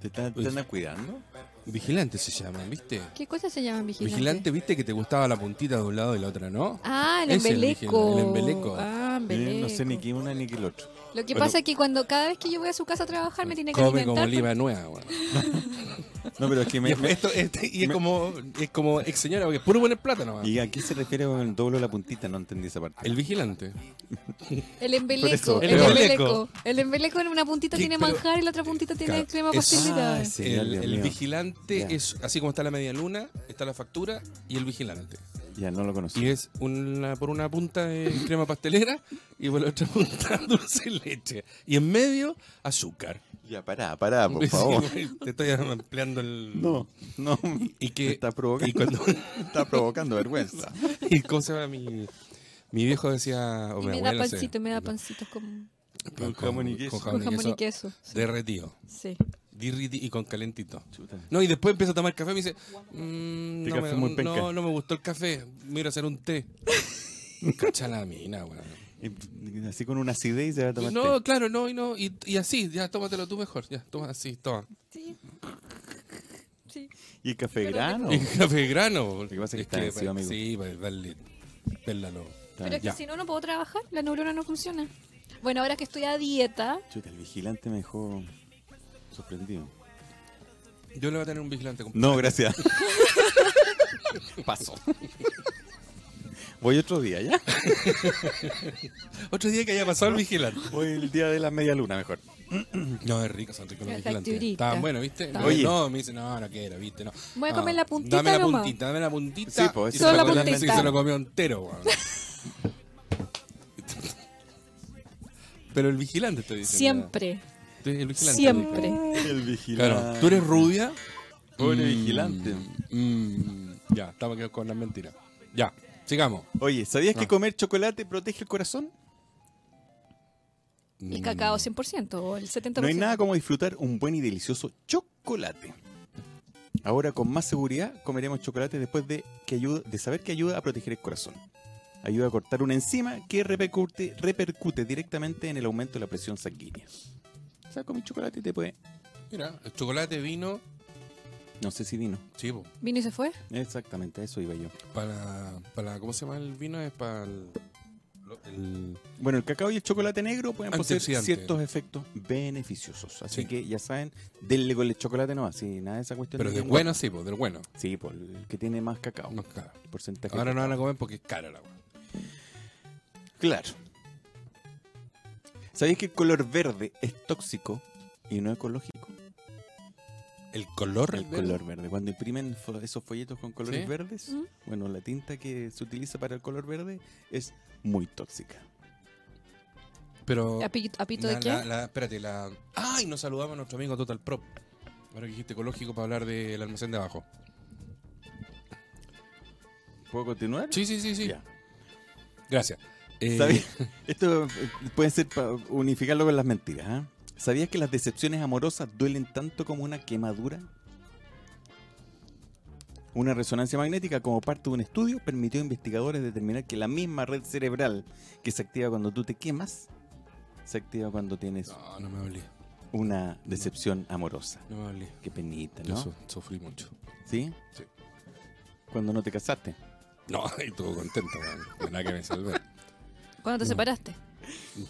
¿Te están, te están cuidando? Vigilante se llama, ¿viste? ¿Qué cosas se llaman vigilante? Vigilante, ¿viste que te gustaba la puntita de un lado y la otra, no? Ah, el Ese es el embeleco. vigilante, el embeleco. Ah, embeleco. Eh, No sé ni qué una ni qué el otro. Lo que Bueno. pasa es que cuando cada vez que yo voy a su casa a trabajar me tiene que Come como alimentar. pues. oliva nueva, weón. No, pero [LAUGHS] es que me... Y me- esto- este- y es como, es como ex señora, porque es puro buen plátano, weón. ¿Y a qué se refiere con el doble o la puntita? No entendí esa parte. El vigilante. El embeleco, Por eso, el pero- embeleco. El embeleco en una puntita Sí, tiene pero- manjar y la otra puntita tiene Claro, crema es- pastelera. Ah, sí, ya, El, Dios el mío. vigilante Ya. es, así como está la media luna, está la factura y el vigilante. Ya, no lo conocí. Y es una, por una punta de crema pastelera y por la otra punta [LAUGHS] dulce de leche. Y en medio, azúcar. Ya, pará, pará, por Sí, favor. güey, [LAUGHS] te estoy ampliando el... No, no. Y me que... está provocando. Y [LAUGHS] cuando... [LAUGHS] Está provocando vergüenza. y cómo se llama mi... Mi viejo decía... o Y mi me da abuela, no sé, pancito, me da pancitos con, Con, jamón y queso. Con con jamón, jamón y y queso. queso. Derretido. Sí. Dirriti- y con calentito. Chuta. No, y después empieza a tomar café y me dice... mm, Este no, café me, es muy penca. no, no me gustó el café. Mira, hacer un [LAUGHS] té. Cacha la mina, güey. Y- Así con una acidez y se va a tomar No, té. claro, no, y no, y, y así, ya tómatelo tú mejor, ya, toma así, toma. Sí. Sí. Y café grano. Y café grano. Lo que pasa es que está vencido, amigo. Sí, pues, para darle, pélalo. Pero es que Ya. si no, no puedo trabajar. La neurona no funciona. Bueno, ahora que estoy a dieta, Chuta, el vigilante me dejó sorprendido. Yo le voy a tener un vigilante. compadre. No, gracias. [LAUGHS] Paso. Voy otro día, ¿ya? [LAUGHS] Otro día que haya pasado el vigilante. Voy el día de la media luna, mejor. No, es rico, son ricos los La vigilantes. facturita. Estaban buenos, ¿viste? Está No, Oye. No, me dice, no, no quiero, ¿viste? No. Voy a No, comer la puntita Dame la nomás. puntita, dame la puntita. Sí, pues, y Solo se la lo- puntita. y se lo comió entero, [LAUGHS] weón. Pero el vigilante, estoy diciendo. siempre, El vigilante. siempre. El vigilante. Claro, tú eres rubia. Pobre Mm, vigilante. mm, ya, estamos aquí con las mentiras. Ya, sigamos. Oye, ¿sabías que Ah. comer chocolate protege el corazón? El Mm, cacao 100% o el 70%. No hay nada como disfrutar un buen y delicioso chocolate. Ahora con más seguridad comeremos chocolate después de, que ayuda, de saber que ayuda a proteger el corazón. Ayuda a cortar una enzima que repercute, repercute directamente en el aumento de la presión sanguínea. O sea, comí chocolate y te puede... Mm, Mira, el chocolate, vino, No sé si vino. sí, po, ¿Vino y se fue? Exactamente, a eso iba yo. para, para, ¿cómo se llama el vino? Es para el, lo- el- Bueno, el cacao y el chocolate negro pueden poseer Antioxidante. ciertos efectos beneficiosos. Así Sí. que ya saben, denle con el chocolate nomás. Sí, nada de esa cuestión. pero de que- bueno sí, po, del bueno. Sí, por el que tiene más cacao. Más caro. Porcentaje. Ahora de no van a cacao. comer porque es cara la weá. Claro. ¿Sabéis que el color verde es tóxico y no ecológico? El color. El verde? color verde. Cuando imprimen fo- esos folletos con colores ¿Sí? verdes, ¿Mm? bueno, la tinta que se utiliza para el color verde es muy tóxica. Pero. Oh, ¿A pi- a pito la- de qué? la- la- espérate, la. ¡Ay! Nos saludamos a nuestro amigo Total Prop. Ahora que dijiste ecológico para hablar del almacén de abajo. ¿Puedo continuar? Sí, sí, sí, sí. Ya. Gracias. Eh, [LAUGHS] ¿Sabías- Esto eh, puede ser para unificarlo con las mentiras. ¿ah? ¿Sabías que las decepciones amorosas duelen tanto como una quemadura? Una resonancia magnética como parte de un estudio permitió a investigadores determinar que la misma red cerebral que se activa cuando tú te quemas, se activa cuando tienes No, no me hablé. una decepción amorosa. No me hablé. Qué penita, Yo ¿no? su- sufrí mucho. ¿Sí? Sí. Cuando no te casaste. No, [LAUGHS] y estuvo contento, weón. De Nada que me salvé. ¿Cuándo te No. separaste?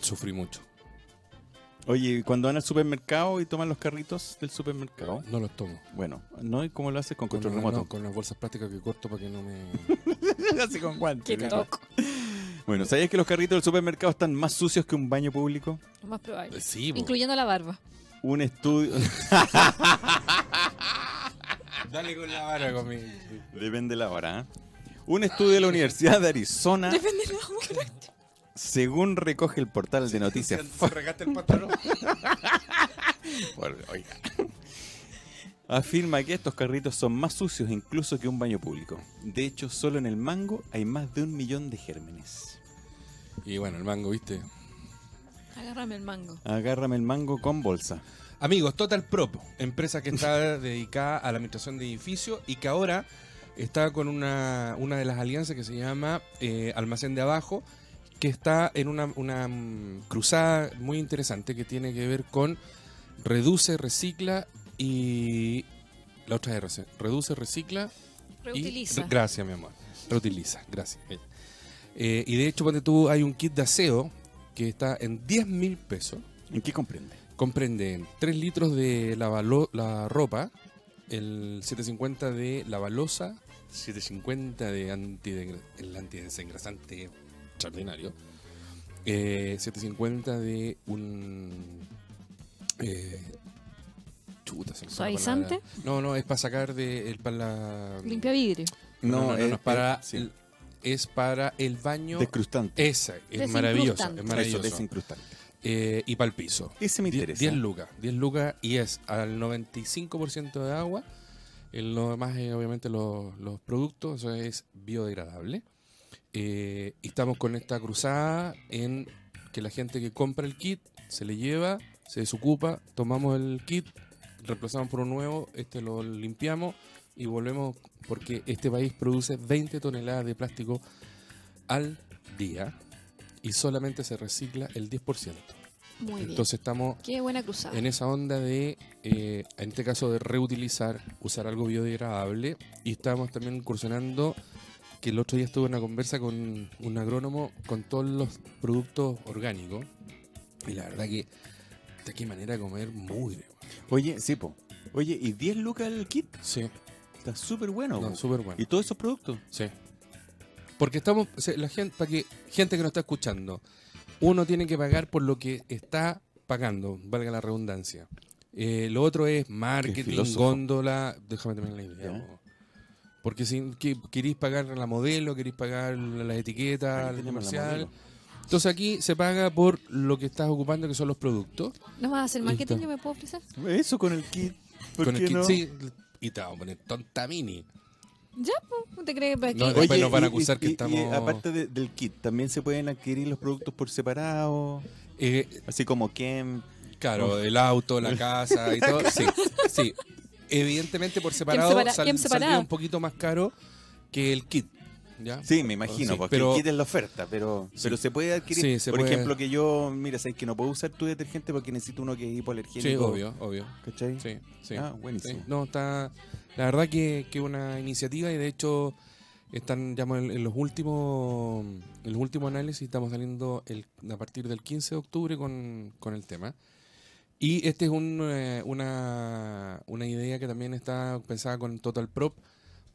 Sufrí mucho. Oye, ¿y cuando van al supermercado y toman los carritos del supermercado. No los tomo. Bueno, ¿no? ¿Y cómo lo haces con Con, control la- remoto? [LAUGHS] no, con las bolsas plásticas que corto para que no me. Así con guantes, Qué claro. toco. Bueno, ¿sabías que los carritos del supermercado están más sucios que un baño público? Lo más probable. Sí, pues. po. Incluyendo la barba. Un estudio. [LAUGHS] Dale con la vara conmigo. Depende la hora, ¿eh? Un estudio de la Universidad de Arizona, Depende de la hora. según recoge el portal [LAUGHS] de noticias regaste el pantalón. Por- oiga. Afirma que estos carritos son más sucios incluso que un baño público. De hecho, solo en el mango hay más de un millón de gérmenes. Y bueno, el mango, ¿viste? Agárrame el mango. Agárrame el mango con bolsa. Amigos, Total Prop, empresa que está [LAUGHS] dedicada a la administración de edificios y que ahora está con una, una de las alianzas que se llama eh, Almacén de Abajo, que está en una, una, mm, cruzada muy interesante que tiene que ver con reduce, recicla y... La otra es rec- reduce, recicla y- Reutiliza. re- gracias, mi amor. Reutiliza, gracias. Eh, y de hecho, ponte tú, hay un kit de aseo que está en 10 mil pesos ¿En qué comprende? comprenden 3 litros de lavalo- la ropa, el 750 de lavalosa, 750 de antidengre- el antidesengrasante extraordinario, eh, 750 de un... eh, chuta, se me fue la ¿Suavizante? palabra. No, no, es para sacar de... El, para la- Limpia vidrio. No, eh, no, no, no, es, para sí, el, es para el baño... Descrustante. Esa, es maravillosa, es Desincrustante. maravilloso. Eso, desincrustante. Eh, y para el piso. Ese me Die- interesa. 10 lucas, 10 lucas y es al 95% de agua. El, lo demás es obviamente los, los productos, eso es biodegradable. Eh, y estamos con esta cruzada en que la gente que compra el kit se le lleva, se desocupa, tomamos el kit, reemplazamos por un nuevo, este lo limpiamos y volvemos porque este país produce 20 toneladas de plástico al día y solamente se recicla el 10%. Muy bien. Entonces estamos Qué buena cruzada. en esa onda de, eh, en este caso, de reutilizar, usar algo biodegradable. Y estábamos también incursionando, que el otro día estuve en una conversa con un agrónomo con todos los productos orgánicos. Y la verdad que, de qué manera de comer mugre. weón. Oye, sí, po. Oye, ¿y 10 lucas el kit? Sí, Está súper bueno. no, po. súper bueno. ¿Y todos esos productos? Sí. Porque estamos, o sea, la gente, para que gente que nos está escuchando, uno tiene que pagar por lo que está pagando, valga la redundancia. Eh, lo otro es Qué marketing, filósofo. góndola. Déjame terminar la idea. Ya. po. Porque si que- queréis pagar la modelo, queréis pagar las etiquetas, Ahí el tenemos la comercial. modelo. Entonces aquí se paga por lo que estás ocupando, que son los productos. ¿No vas a hacer marketing Listo. que me puedo ofrecer? Eso con el kit. ¿Por Con el qué kit, no? sí, y te vamos a poner tonta mini. Ya, po, ¿te crees? Para No, que- Después nos van a acusar que estamos- aparte de- del kit, también se pueden adquirir los productos por separado, Eh, así como Kem. Claro, el auto, la casa y todo. Sí, sí. Evidentemente por separado separa- sal- quién saldría separado? un poquito más caro que el kit. ¿ya? Sí, me imagino, Sí, porque pero- el kit es la oferta, pero, Sí. pero se puede adquirir. Sí, se por puede. ejemplo, que yo, mira, sabes que no puedo usar tu detergente porque necesito uno que es hipoalergénico. Sí, obvio, obvio. ¿Cachai? Sí, sí. Ah, Sí. buenísimo. No, está. La verdad que que una iniciativa y de hecho están ya en, en los últimos en los últimos análisis estamos saliendo el- a partir del 15 de octubre con, con el tema. Y este es un, eh, una, una idea que también está pensada con Total Prop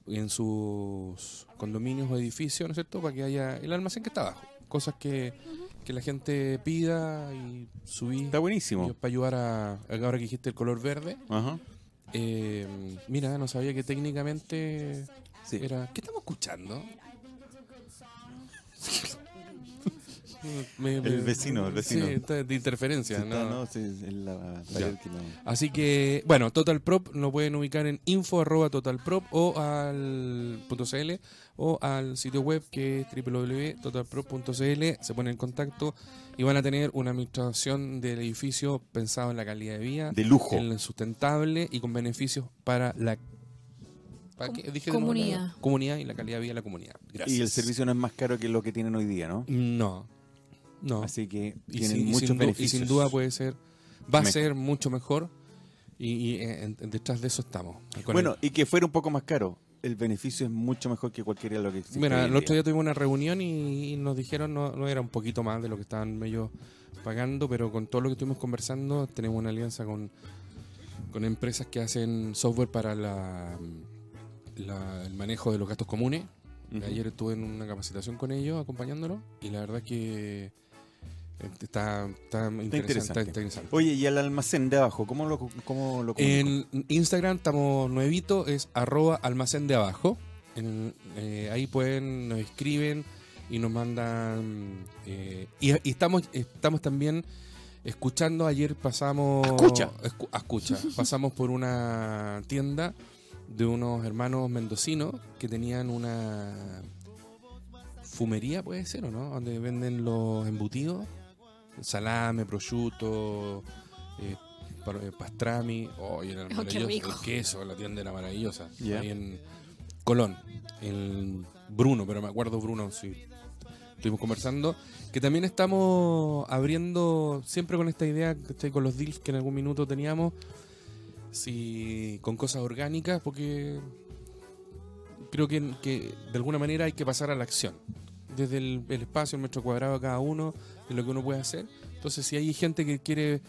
en sus condominios o edificios, ¿no es cierto? Para que haya el almacén que está abajo. Cosas que, que la gente pida y subir Está buenísimo. para ayudar a, ahora que dijiste el color verde, Ajá. Eh, mira, no sabía que técnicamente Sí. era. ¿Qué estamos escuchando? Me- me- El vecino, el vecino. Sí, está de interferencia. Sí, está, no. no, sí, es la pared que no. Así que, bueno, Total Prop lo pueden ubicar en info arroba totalprop o al .cl o al sitio web que es www.totalprop.cl. Se ponen en contacto y van a tener una administración del edificio pensado en la calidad de vida, De lujo. en lo sustentable y con beneficios para la ¿para Com- qué? Dije de nuevo la- comunidad. comunidad y la calidad de vida de la comunidad. Gracias. Y el servicio no es más caro que lo que tienen hoy día, ¿no? No, no. Así que y Ah, tienen sin- y sin, muchos du- y beneficios. sin duda pues, puede ser, va Mejor. a ser mucho mejor. Y, y, eh, en- en- detrás de eso estamos. Y con bueno, el- y que fuera un poco más caro. El beneficio es mucho mejor que cualquiera de lo que existe. hoy mira, en el otro día. día tuvimos una reunión y, y nos dijeron no, no era un poquito más de lo que estaban ellos pagando, pero con todo lo que estuvimos conversando, tenemos una alianza con, con empresas que hacen software para la- la- el manejo de los gastos comunes. Ujú. Ayer estuve en una capacitación con ellos, acompañándolo, y la verdad que eh, está, está interesante. interesante. Está interesante. Oye, y el almacén de abajo, ¿cómo lo, cómo lo comunico? En Instagram estamos nuevito, es arroba almacén de abajo. En- eh, ahí pueden, nos escriben y nos mandan. eh, y, y estamos, estamos también escuchando. Ayer pasamos. Escucha. escu- [LAUGHS] escucha. pasamos por una tienda de unos hermanos mendocinos que tenían una fumería, puede ser, ¿o no? Donde venden los embutidos, salame, prosciutto, eh, par- eh, pastrami, oh, y era qué maravilloso, rico. el queso, la tienda era maravillosa. Ya. Ahí en Colón, en Bruno, pero me acuerdo Bruno, sí. Estuvimos conversando, que también estamos abriendo, siempre con esta idea, ¿cachai? con los DILF que en algún minuto teníamos, si, con cosas orgánicas, porque creo que, que de alguna manera hay que pasar a la acción. Desde el, el espacio, el metro cuadrado a cada uno, de lo que uno puede hacer. Entonces, si hay gente que quiere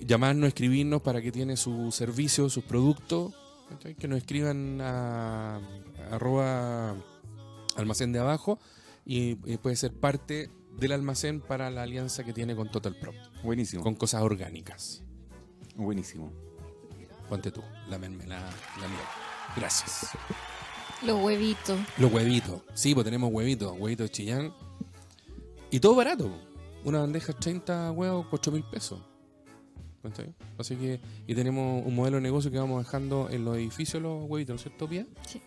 llamarnos, escribirnos para que tiene su servicio, sus productos, ¿cachai? que nos escriban a, arroba almacén de abajo y, y puede ser parte del almacén para la alianza que tiene con Total Pro, Buenísimo, con cosas orgánicas. buenísimo. Ponte tú, la mermelada, la miel. Gracias. Los huevitos. Los huevitos. Sí, pues tenemos huevitos, huevitos de chillán. Y todo barato. po. Una bandeja 30 huevos, 8 mil pesos. ¿Cachai? Así que, y tenemos un modelo de negocio que vamos dejando en los edificios los huevitos, ¿no es cierto, Pia? Sí.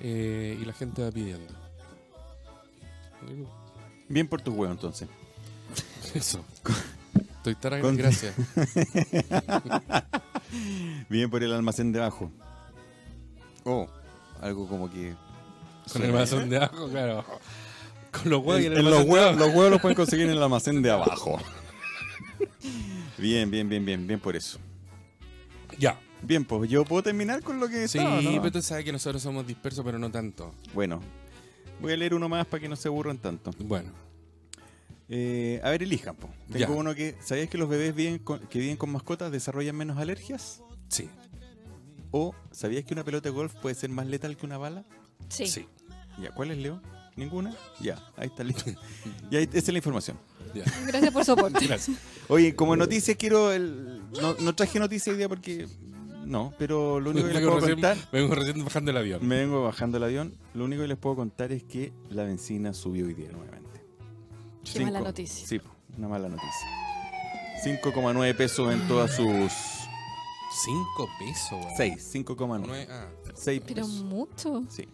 Eh, y la gente va [LAUGHS] pidiendo. Bien por tus huevos, entonces. Eso. Estoy tarde, Con- [LAUGHS] gracias. Bien por el almacén de abajo. Oh, algo como que... Con el mazón de ajo, claro. Con los huevos y En- el en los, mazón de huevos, ajo. los huevos los pueden conseguir en el almacén de abajo. [LAUGHS] Bien, bien, bien, bien, bien por eso. Ya. Bien, pues yo puedo terminar con lo que Sí, estaba, ¿no? pero tú sabes que nosotros somos dispersos, pero no tanto. Bueno, voy a leer uno más para que no se aburran tanto. Bueno. Eh, a ver, elijan, po. Tengo Ya. uno que... ¿Sabías que los bebés viven con- que viven con mascotas desarrollan menos alergias? Sí, ¿O sabías que una pelota de golf puede ser más letal que una bala? Sí. sí. Ya, ¿cuál es, Leo? ¿Ninguna? Ya, ahí está [LAUGHS] listo. ya, ahí- esa es la información. Ya. Gracias [LAUGHS] por soporte. Gracias. Oye, Eh. como noticias quiero... el- no, no traje noticias hoy día porque... No, pero lo único que les Vengo puedo recién- contar... Vengo recién bajando el avión. Me vengo bajando el avión. Lo único que les puedo contar es que la benzina subió hoy día nuevamente. Qué Cinco- mala noticia. Sí, po, una mala noticia. 5,9 pesos en todas sus... 5 pesos, weón. 6, 5,9. Nueve- ah. 6 Pero pesos. mucho. Sí.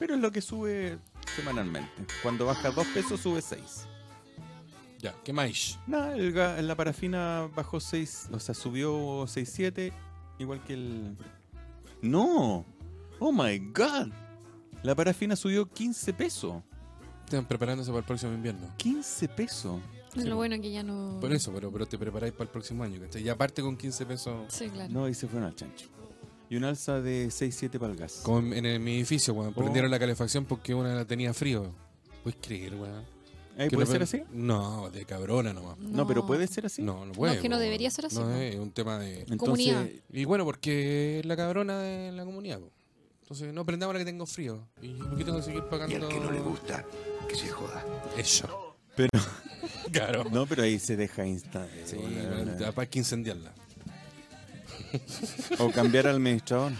Pero es lo que sube semanalmente. Cuando baja 2 pesos, sube 6. Ya, ¿qué más? Nada, el ga- la parafina bajó 6, o sea, subió 6,7, igual que el... No, oh my god. La parafina subió 15 pesos. Están preparándose para el próximo invierno. 15 pesos. Es lo bueno que ya no. Por eso, pero, pero te preparáis para el próximo año. ¿cachai? Y aparte con 15 pesos. Sí, claro. No, y se fueron al chancho. Y un alza de 6-7 para el gas. Como en, en el- mi edificio, weón. Oh. Prendieron la calefacción porque una la tenía frío. ¿Puedes creer, weón? Ahí Que ¿Eh, ¿Puede no- ser así? No, de cabrona nomás. No. pero puede ser así. No, no puede. No, que no weón. debería ser así, No, ¿no? es un tema de. Entonces, Comunidad. Y bueno, porque es la cabrona de la comunidad, po. Entonces, no prendamos la que tengo frío. ¿Y por qué tengo que seguir pagando? Y al que no le gusta, que se joda. Eso. Pero- [LAUGHS] claro. No, pero ahí se deja insta. eh, Sí, una- para, para que incendiarla. O cambiar al administrador.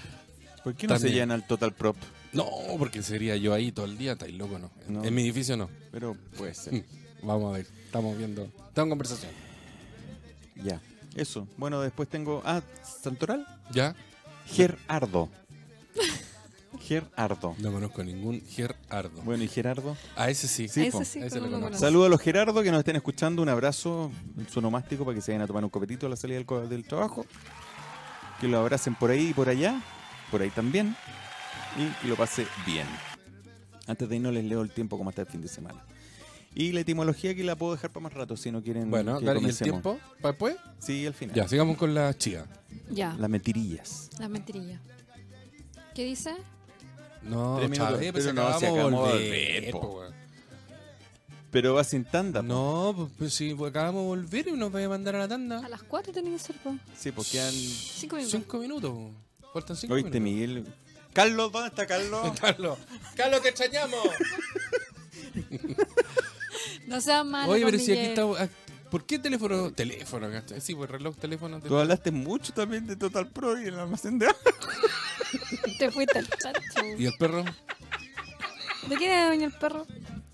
¿Por qué no se También. llevan al total prop? No, porque sería yo ahí todo el día, estáis loco, no. No. En mi edificio no. Pero puede ser. Mm. Vamos a ver, estamos viendo. Estamos en conversación. ya. Eso. Bueno, después tengo. Ah, Santoral. ¿Ya? Gerardo. Gerardo. No conozco ningún Gerardo. Bueno, ¿y Gerardo? A ese sí. Sí, A po. ese sí, A ese pero lo no lo conozco. conozco. Saludos a los Gerardo que nos estén escuchando. Un abrazo sonomástico para que se vayan a tomar un copetito a la salida del, co- del trabajo. Que lo abracen por ahí y por allá. Por ahí también. Y que lo pase bien. Antes de irnos les leo el tiempo como está el fin de semana. Y la etimología que la puedo dejar para más rato si no quieren Bueno, que dale, ¿y el comencemos. tiempo? ¿Para después? Sí, al final. Ya, sigamos con la chica. Ya, Las mentirillas. las mentirillas. ¿Qué dice? No, Tres minutos. Chávez, pues Pero no, acabamos si de acabamos de volver, volver, po, po. weón. Pero va sin tanda. po. No, pues, pues si acabamos de volver y nos va a mandar a la A tanda. las 4 tenía que ser, po. Sí, porque han... Cinco minutos. Cinco minutos. po. Faltan cinco Oíste, minutos. Miguel. Carlos, ¿dónde [LAUGHS] está Carlos? Carlos, Carlos, te extrañamos. No seas malo. Oye, con pero si aquí Miguel. está. ah, ¿Por qué teléfono? Teléfono, ¿cachai? Sí, pues reloj, teléfono. Tú teléfono. hablaste mucho también de Total Pro y el almacén de... Te fuiste al chancho. ¿Y el perro? ¿De quién es doña el perro?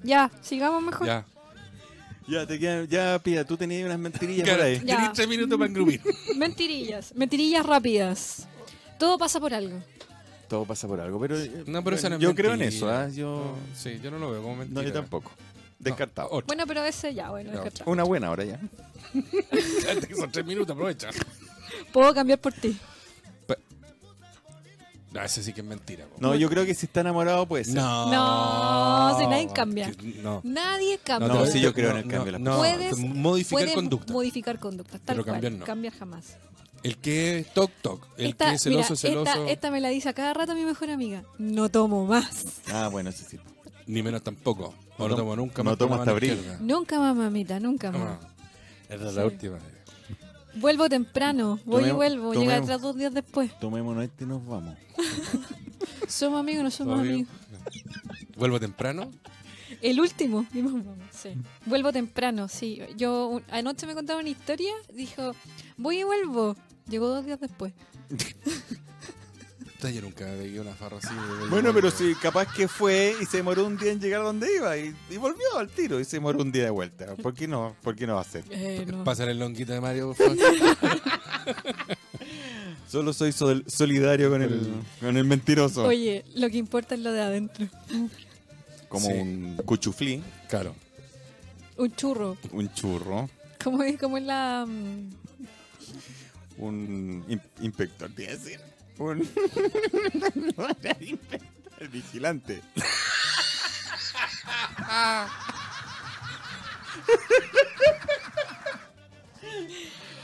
Ya, sigamos mejor. Ya. Ya, te quedan, ya, Pía, tú tenías unas mentirillas por Cara, ahí. Ya. Tenés tres minutos para [LAUGHS] engrupir. Mentirillas, mentirillas rápidas. Todo pasa por algo. Todo pasa por algo, pero. eh, No, pero bueno, esa no es Yo creo en mentira. eso, ¿ah? Yo. No, sí, yo no lo veo como mentira. No, yo tampoco. Descartado. No, Oh, otra. Bueno, pero ese ya, bueno, Ya, descartado. Una buena ahora ya. Cállate que son tres minutos, aprovecha. Puedo cambiar por ti. No, ese sí que es mentira. po. No, yo creo que si está enamorado, pues. No. No, si nadie cambia. Que- No. Nadie No, cambia. No, te- sí, yo creo en el no, cambio de las no, Puedes- modificar Puede conducta. modificar conducta, tal Pero cambiar cual. no. Cambiar jamás. el que es toc toc, el Esta- que es celoso, mira, celoso, Esta, esta me la dice a cada rato mi mejor amiga. No tomo más. Ah, bueno, sí, sí. ni menos tampoco. No, No no tomo nunca no más. con tomo la mano hasta abril. izquierda. Nunca más, mamita, nunca más. Ah, Esa es Sí. la última. Vuelvo temprano, voy y Tomemos- vuelvo. Llega tomemos- atrás dos días después. Tomémonos este y nos vamos. Somos amigos, no somos Obvio. amigos. Vuelvo temprano. El último. y nos vamos, sí. Vuelvo temprano, sí. Yo un- anoche me contaba una historia, dijo, voy y vuelvo. Llegó dos días después. Puta, Yo nunca veía una farra así. de- de- Bueno, de- pero sí, capaz que fue y se demoró un día en llegar donde iba y, y volvió al tiro y se demoró un día de vuelta. ¿Por qué no? ¿Por qué no va a ser? Eh, no. Pasar el longuito de [LAUGHS] Mario, por favor. Solo soy sol- solidario con Mm. el, con el mentiroso. Oye, lo que importa es lo de adentro. Como Sí. un cuchuflí, Claro. Un churro. un churro, Como es como es la... mm, un in- inspector, te iba a decir. Un [LAUGHS] no era inspector, el vigilante.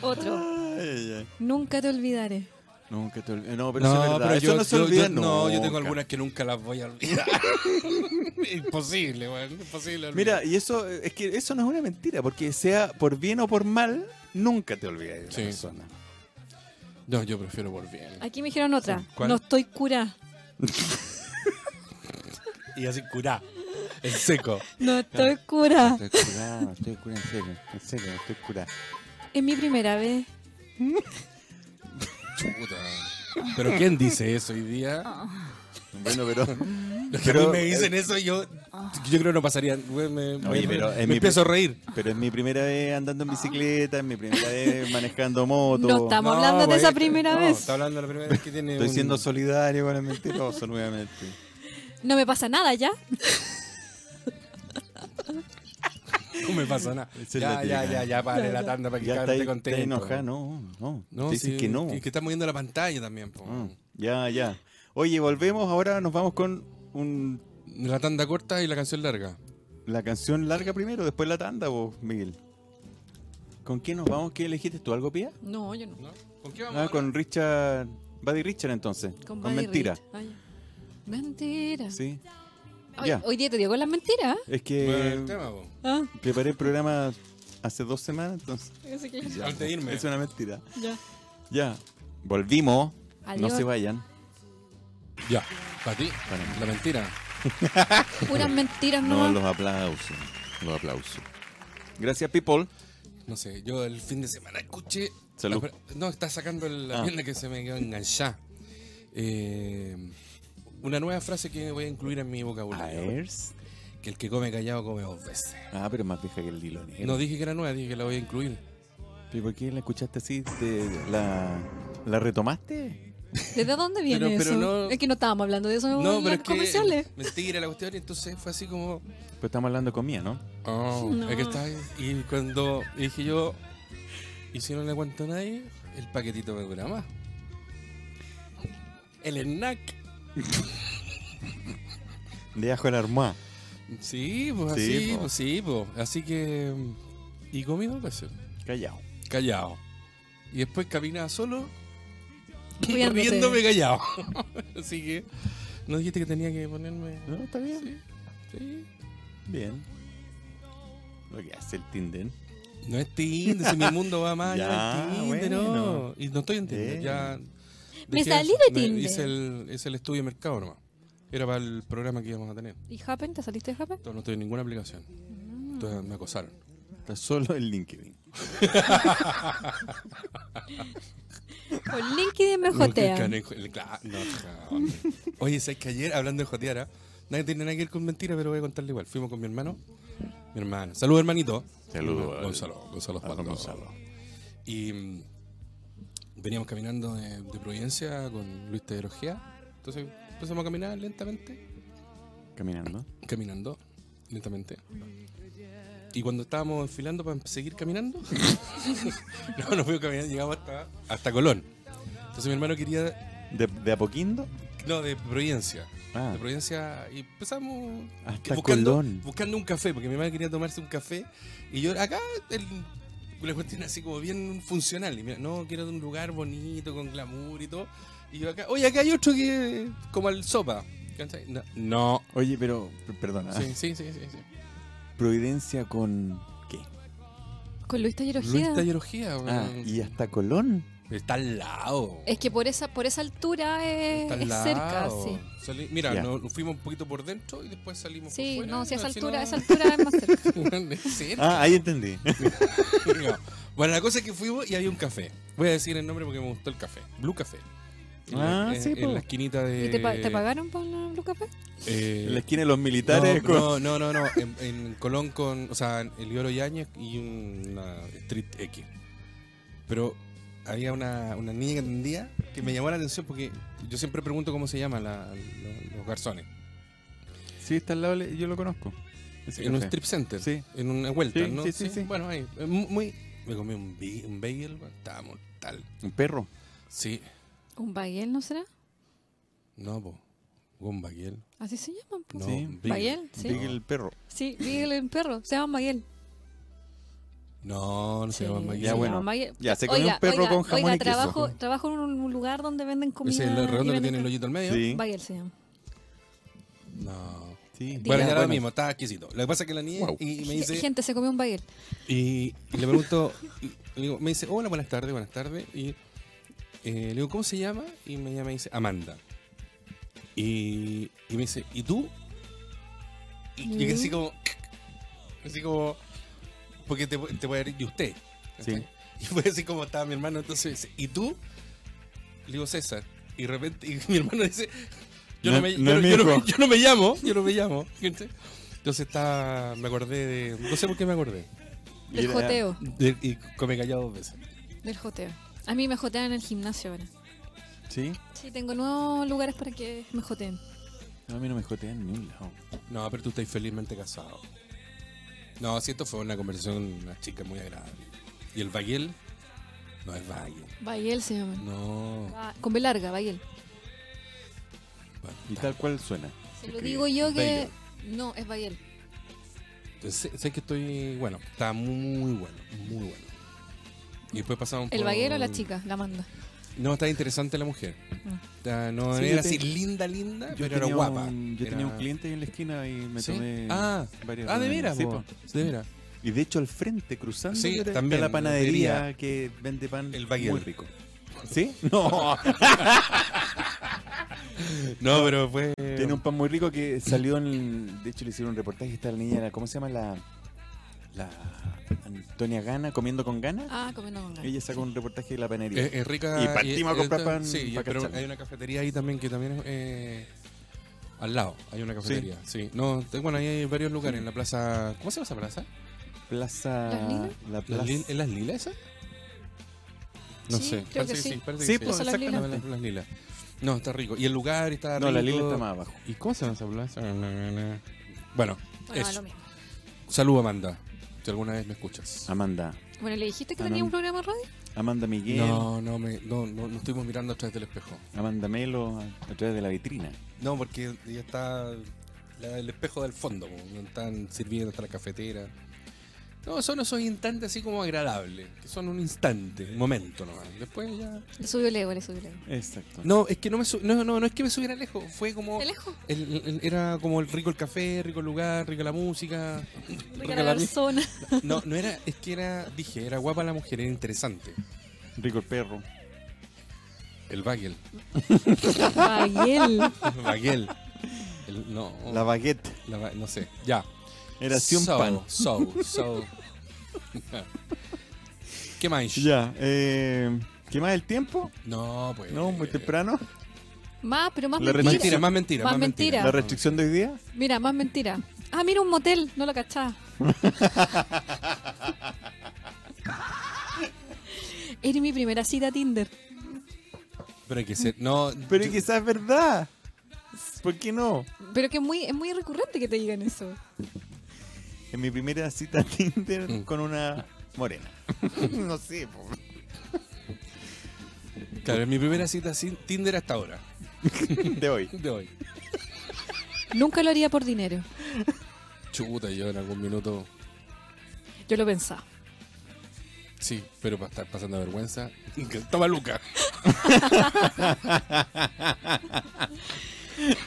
Otro. Ay, ay. Nunca te olvidaré. Nunca te olvides. No, pero, eso es verdad. Eso yo- no se yo- olvida yo- no, yo tengo nunca. algunas que nunca las voy a olvidar. [LAUGHS] imposible, weón. Imposible. olvidar. Mira, y eso eh, es que eso no es una mentira, porque sea por bien o por mal, nunca te olvidas de la Sí. persona. No, yo prefiero por bien. Aquí me dijeron otra. ¿Cuál? No estoy cura. Y así curá. En seco. No estoy Ah. cura. Estoy curado, estoy curado, en serio, en serio, estoy curado. Es mi primera vez. Chuta. Pero ¿quién dice eso hoy Ah. día? Bueno, pero. [LAUGHS] Los que a Pero- Ah. mí me dicen eso, yo, yo creo no pasaría. güey, Me, me- Oye, pero me en mi- empiezo a reír. Pero es mi primera vez andando en bicicleta, es mi primera vez manejando moto. No estamos hablando de pues, esa primera no, vez. Está hablando de la primera vez que tiene. Estoy un- siendo solidario con el [LAUGHS] mentiroso nuevamente. No me pasa nada ya. No me pasa nada. [LAUGHS] Esa es Ya, la ya, ya, típica. ya, para Ya, la ya. tanda para que Ya cada está, te ahí- está contento. enojada, no, no. No, te dices sí, que no. Y que está moviendo la pantalla también, po. Mm, ya, ya. Oye, volvemos, ahora nos vamos con un, La tanda corta y la canción larga. la canción larga primero, después la tanda, vos, Miguel. ¿Con quién nos vamos? ¿Qué elegiste tú? ¿Algo, Pía? No, yo no. ¿no? ¿Con qué vamos? Ah, con Richard, Buddy Richard entonces. Con, Con, Buddy mentira. Rich. Ay, Mentira. Sí. Hoy, Ya. hoy día te digo con las mentiras. Es Bueno, el que tema, po. Ah, preparé el programa hace dos semanas, entonces. sí, claro. ya, Antes de irme. Es una mentira. Ya. Ya. Volvimos. Adiós. No se vayan. Ya, para ti. Para mí. La mentira. Puras mentiras, No, no. los aplausos. Los aplausos. Gracias, people. No sé, yo el fin de semana escuché Salud. Ah, pero- No, está sacando el- la Ah. pierna que se me quedó enganchada. Eh, una nueva frase que voy a incluir en mi A vocabulario. ver. Que el que come callado come dos veces. Ah, pero es más vieja que el hilo negro. No dije que era nueva, dije que la voy a incluir. ¿Pero por qué la escuchaste así? ¿Te- la, ¿La retomaste? ¿Desde dónde viene Pero- pero eso? no- Es que no estábamos hablando de eso en No, los pero es comerciales. que mentira la cuestión y entonces fue así como Pues estamos hablando con mía, ¿no? Oh, No. es que está ahí. Y cuando dije yo, y si no le aguanto a nadie, el paquetito me dura más. El snack. De ajo el armoa. Sí, pues Sí, así, po. pues sí, pues. Así que. Y comí dos veces. Callao. Callado. Y después caminaba solo, Riéndote. riéndome callado. [LAUGHS] así que. ¿No dijiste que tenía que ponerme.? No, está bien. Sí. Bien. Lo que hace el Tinder. No es Tinder, si mi mundo va [LAUGHS] más allá Ya, del Tinder, no. bueno. Y no estoy en Tinder, Eh. ya. Me dejé- salí de me- Tinder. Hice el, hice el estudio de mercado nomás. Era para el programa que íbamos a tener. ¿Y Happen? ¿Te saliste de Happen? Entonces no estoy en ninguna aplicación. Mm. Entonces me acosaron. Está solo el LinkedIn. O LinkedIn me Nunca jotea. gané- el- cla- no, joder. Oye, ¿sabes que ayer, hablando de joteara, nadie tiene nada que ver con mentiras, pero voy a contarle igual. Fuimos con mi hermano. Mi hermano. Saludos, hermanito. Saludos. Gonzalo. Gonzalo Osvaldo. Y mm, veníamos caminando de, de Providencia con Luis Tejerojea. Entonces empezamos a caminar lentamente, Caminando. caminando lentamente. Y cuando estábamos enfilando para seguir caminando, [LAUGHS] no, no fuimos caminando, llegamos hasta, hasta Colón. Entonces mi hermano quería, ¿De, de Apoquindo? no, de Providencia. Ah. De Providencia, y empezamos Hasta buscando, Colón. buscando un café, porque mi madre quería tomarse un café. Y yo, acá, el- la cuestión así como bien funcional. Y mira, no, quiero un lugar bonito, con glamour y todo. Y yo acá, oye, acá hay otro que como el sopa. ¿cachai? No. no. Oye, pero, per- perdona. Sí, sí, sí, sí, sí. Providencia con. ¿Qué? Con Luis Luis Tallerojía. Tallerojía, weón. Ah, y hasta Colón. Está al lado. Es que por esa, por esa altura es, Está al es lado. cerca, sí. Sali- mira, Ya. nos, nos fuimos un poquito por dentro y después salimos Sí, por fuera. no, si a esa si altura, no- a esa altura es más [LAUGHS] cerca. Es cerca. Ah, ahí entendí. No. oh. Bueno, la cosa es que fuimos y había un café. Voy a decir el nombre porque me gustó el café. Blue Café. En la- Ah, en- sí, En po. la esquinita de... ¿Y te, pa- te pagaron por la Blue Café? eh, En la esquina de los militares. no, con- No, no, no. no. En, en Colón con... O sea, en el Yoro Yáñez y una Street X. Pero había una, una niña que atendía que me llamó la atención porque yo siempre pregunto cómo se llaman la- lo- los garzones. Sí, está al lado, le- yo lo conozco. Ese En un café. strip center. Sí. En una vuelta, Sí, ¿no? sí, sí, sí. Bueno, ahí. eh, mu- Muy... Me comí un, bi- un bagel, estaba mortal. Un perro. Sí. ¿Un baguel no será? No, po. Con Baguel. ¿Así se llaman? po? No, Sí. Bigel. ¿Baguel? Sí. Big el perro. Sí, Miguel en perro. Se llama Miguel. No, no se Sí, llama Baguel. Ya, se bueno. llama Miguel. Ya, se comió un perro con jamón oiga, y queso. trabajo, trabajo en un lugar donde venden comida. Ese es el redondo que y tiene venden el hoyito al medio. Sí. Baguel se llama. No. Sí. Bueno, ya, Ya, era lo mismo, estaba exquisito. Lo que pasa es que la niña Wow. y me Ge- dice. Gente, se comió un baguel. Y, y le pregunto, y- le digo, me dice, hola, buenas tardes, buenas tardes. Y eh, le digo, ¿cómo se llama? Y me llama y dice, Amanda. Y, y me dice, ¿y tú? Y yo quedé así como. Así como. Porque te, te voy a decir, ¿y usted? Sí. [LAUGHS] Y fue así como estaba mi hermano. Entonces dice, ¿y tú? Le digo, César. Y de repente [LAUGHS] y mi hermano dice, Yo no, No- me, yo no es no- mi yo no- hijo. yo no me llamo, yo no me llamo. ¿cachai? Entonces estaba, me acordé de. No sé por qué me acordé. Y Del era- joteo. De- y come callado dos veces. Del joteo. A mí me jotean en el gimnasio ahora. Sí. Sí, tengo nuevos lugares para que me joteen. No, a mí no me jotean ni un lado. No, pero tú estás felizmente casado. No, si esto fue una conversación, una chica muy agradable. ¿Y el Baguel? No es Baguel. Baguel se llama. No. Con B larga, Baguel. Bueno, Y tal cual suena. Se lo digo yo que... Baguel. No, es Baguel. Sé, sé que estoy. Bueno, está muy bueno, muy bueno. Y después pasamos ¿El por- Baguel o la chica? Ah. La manda. No, está interesante la mujer. Está- no Sí, era yo te- así linda, linda, Yo pero era tenía guapa. un- yo Era- tenía un cliente ahí en la esquina y me ¿Sí? tomé Ah, varias. ah, de veras, Sí, po. po. de veras. Y de hecho al frente, cruzando, Sí, yo era- también, está la panadería panadería. que vende pan El Bagel. muy rico. ¿Sí? [LAUGHS] No, No, pero fue. tiene un pan muy rico que salió en... De hecho le hicieron un reportaje, está la niña, la- ¿cómo se llama? La, la Antonia Gana, comiendo con Gana. Ah, comiendo con ganas. Ella sacó un reportaje de la panadería. Es, es rica. Y partimos a es- comprar es- pan eh, Sí, pa' pero cachar. hay una cafetería ahí también que también es. eh, al lado hay una cafetería. Sí. No, te- bueno, ahí hay varios lugares en la plaza. ¿Cómo se llama esa plaza? ¿Las Plaza. Lilas? La ¿Las plaza. Lil- ¿En las lilas esa? No Sí, sé. creo parece que que sí. sí. parece Sí, que pues, Esa es la Las, exactamente. las- las lilas. No, está rico. Y el lugar está No, la rico. Lila está más abajo. ¿Y cómo se llama esa plaza? Bueno, Bueno, da eso. lo mismo. Salud, Amanda. Si alguna vez me escuchas. Amanda. Bueno, ¿le dijiste que Ah, tenía no. un programa de radio? Amanda Miguel. No, no, me, no, no, no estuvimos mirando a través del espejo. Amanda Melo a, a través de la vitrina. No, porque ya está la- el espejo del fondo, po, donde están sirviendo, está la cafetera. No, son esos instantes así como agradables, que son un instante, un momento nomás. Después ya... Le subió Lego, le subió Lego. Exacto. No, es que no me su- no, no, no es que me subiera lejos, fue como... ¿De lejos? el- el- era como el rico el café, rico el lugar, rica la música. Rica la persona. No, no era, es que era, dije, era guapa la mujer, era interesante. Rico el perro. El bagel. [LAUGHS] Miguel. bagel. El- no, La baguette. la ba- no sé, ya. Era así un so, pan. So, so. ¿Qué más? Ya. Eh, ¿Qué más el tiempo? No, pues. No, muy temprano. Más, pero más La Mentira, mentira. más mentira. Más Más mentira. mentira. La restricción de hoy día. Mira, más mentira. Ah, mira un motel, no lo cachaba. Era mi primera cita a Tinder. Pero hay que ser. No, Pero yo- quizás es verdad. ¿Por qué no? Pero que es muy, es muy recurrente que te digan eso. En mi primera cita a Tinder Mm. con una [LAUGHS] morena. no sé, po. Claro, es mi primera cita sin Tinder hasta ahora. de hoy. De hoy. Nunca lo haría por dinero. Chuta, yo en algún minuto. Yo lo pensaba. Sí, pero para estar pasando vergüenza. que- Toma, [LAUGHS] Luca.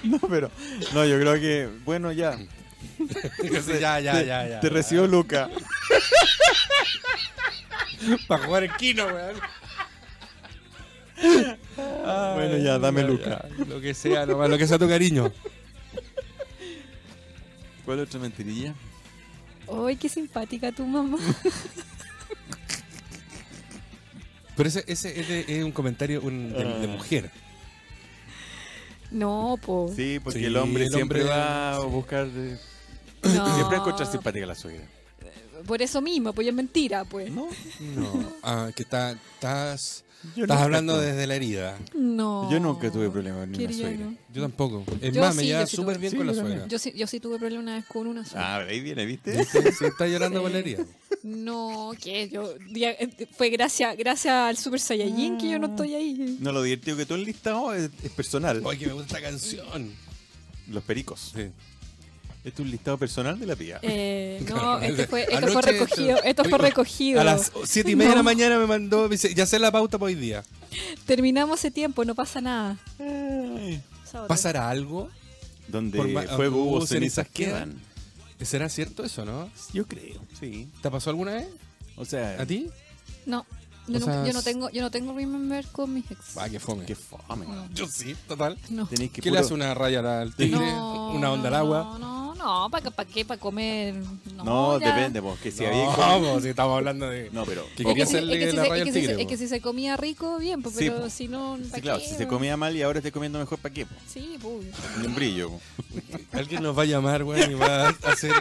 No, pero. No, yo creo que. Bueno, ya. Sí, ya, ya, Te- ya, ya. Te recibió Luca. Para jugar el kino, weón. Ah, bueno, ya, dame Ya, Luca. ya, Lo que sea, nomás, lo que sea tu cariño. ¿Cuál otra mentirilla? ¡Ay, qué simpática tu mamá! [LAUGHS] Pero ese, ese es, de- es un comentario un- de, Ah. de mujer. No, po. Sí, porque Sí, el hombre el siempre hombre- va a buscar. de- No. Siempre encuentra simpática la suegra. Por eso mismo, pues ya es mentira, pues. No, No. Ah, que está- estás. yo Estás nunca hablando tuve- desde la herida. No. Yo nunca tuve problemas con una Quería, suegra. no. Yo tampoco. Es Yo más, me sí, lleva yo sí súper tuve. bien Sí, con la yo también. suegra. Yo sí, yo sí tuve problema una vez con una sola. Ah, pero ahí viene, ¿viste? ¿Viste? [LAUGHS] Sí, está llorando Sí. con la herida. No, que yo. dia- eh, Fue gracias, gracias al Super Saiyajin que yo no estoy ahí. Ah. No, lo divertido que tú enlistado es, es personal. Ay, que me gusta esta canción. Los pericos. Sí. Este es un listado personal de la pía. Eh, no, Claro, [LAUGHS] esto fue, esto anoche fue recogido. Esto, fue Oye, recogido. A las siete y media de la No. mañana me mandó, me dice, ya sé la pauta para hoy día. Terminamos ese tiempo, no pasa nada. Esa otra. ¿Pasará algo? Donde Por ma- fuego hubo hubo uh, cenizas cenizas quedan. ¿Será cierto eso, no? Yo creo, sí. ¿Te pasó alguna vez? O sea, ¿A ti? No, yo, O sea, nunca- yo no s- tengo, yo no tengo Remember con mis ex. Ah, qué fome. qué fome. No. Yo sí, total. No. Tenéis que ¿Qué le puro- hace una raya al tigre? No, ¿Una onda al agua? No, no, no, ¿para qué? ¿Para comer? No, No, ya. depende, vos, que si No, había po, si estamos hablando de... No, pero. ¿Qué Es que, quería si, es, hacerle que si la se, raya es al que si- tigre? es que po. si se comía rico, bien, pues, Sí, pero po. si no. Sí, ¿pa' claro, qué, si se weón? comía mal y ahora esté comiendo mejor, ¿para qué? po? Sí, pues. Ni un brillo. po. Alguien nos va a llamar, weón, y va a hacer...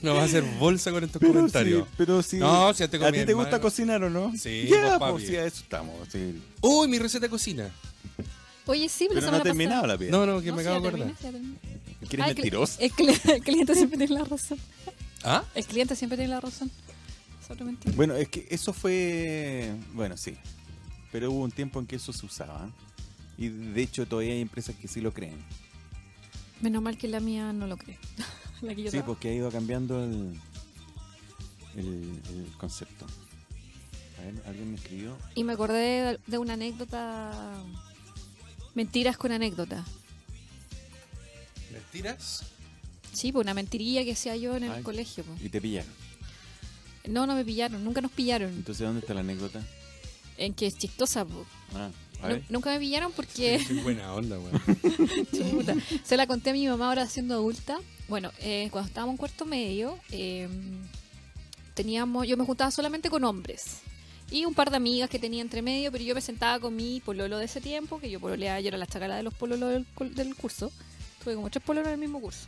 Nos va a hacer bolsa con estos comentarios. sí, pero sí. No, si ya te ¿A comí, ti te gusta hermano. cocinar o no? Sí, ya, vos, pues papi. sí, a eso estamos. sí. Uy, mi receta de cocina. Oye, sí, pero Pero no ha terminado la pía. No, no, que me acabo de acordar. ¿Quieres ¿Quieres Ah, mentiroso? El, cli- [LAUGHS] el cliente siempre tiene la razón. ¿Ah? El cliente siempre tiene la razón. Es otra mentira. Bueno, es que eso fue. Bueno, sí. Pero hubo un tiempo en que eso se usaba. ¿eh? Y de hecho, todavía hay empresas que sí lo creen. Menos mal que la mía no lo cree. [LAUGHS] la que yo Sí, trabajo. porque ha ido cambiando el, el, el concepto. A ver, alguien me escribió. Y me acordé de- de una anécdota. Mentiras con anécdota. ¿Mentiras? Sí, pues una mentirilla que hacía yo en el Ay. colegio. po. Y te pillaron. No, no me pillaron, nunca nos pillaron. Entonces, ¿dónde está la anécdota? En que es chistosa. po. Ah, a Nu- ver. nunca me pillaron porque Qué buena onda, weón. [LAUGHS] Chuta. Se la conté a mi mamá ahora siendo adulta. Bueno, eh, cuando estábamos en cuarto medio, eh, teníamos, yo me juntaba solamente con hombres. Y un par de amigas que tenía entre medio, pero yo me sentaba con mi pololo de ese tiempo, que yo pololeaba, yo era la chacala de los pololos del, col- del curso. Tuve como tres pololos en el mismo curso.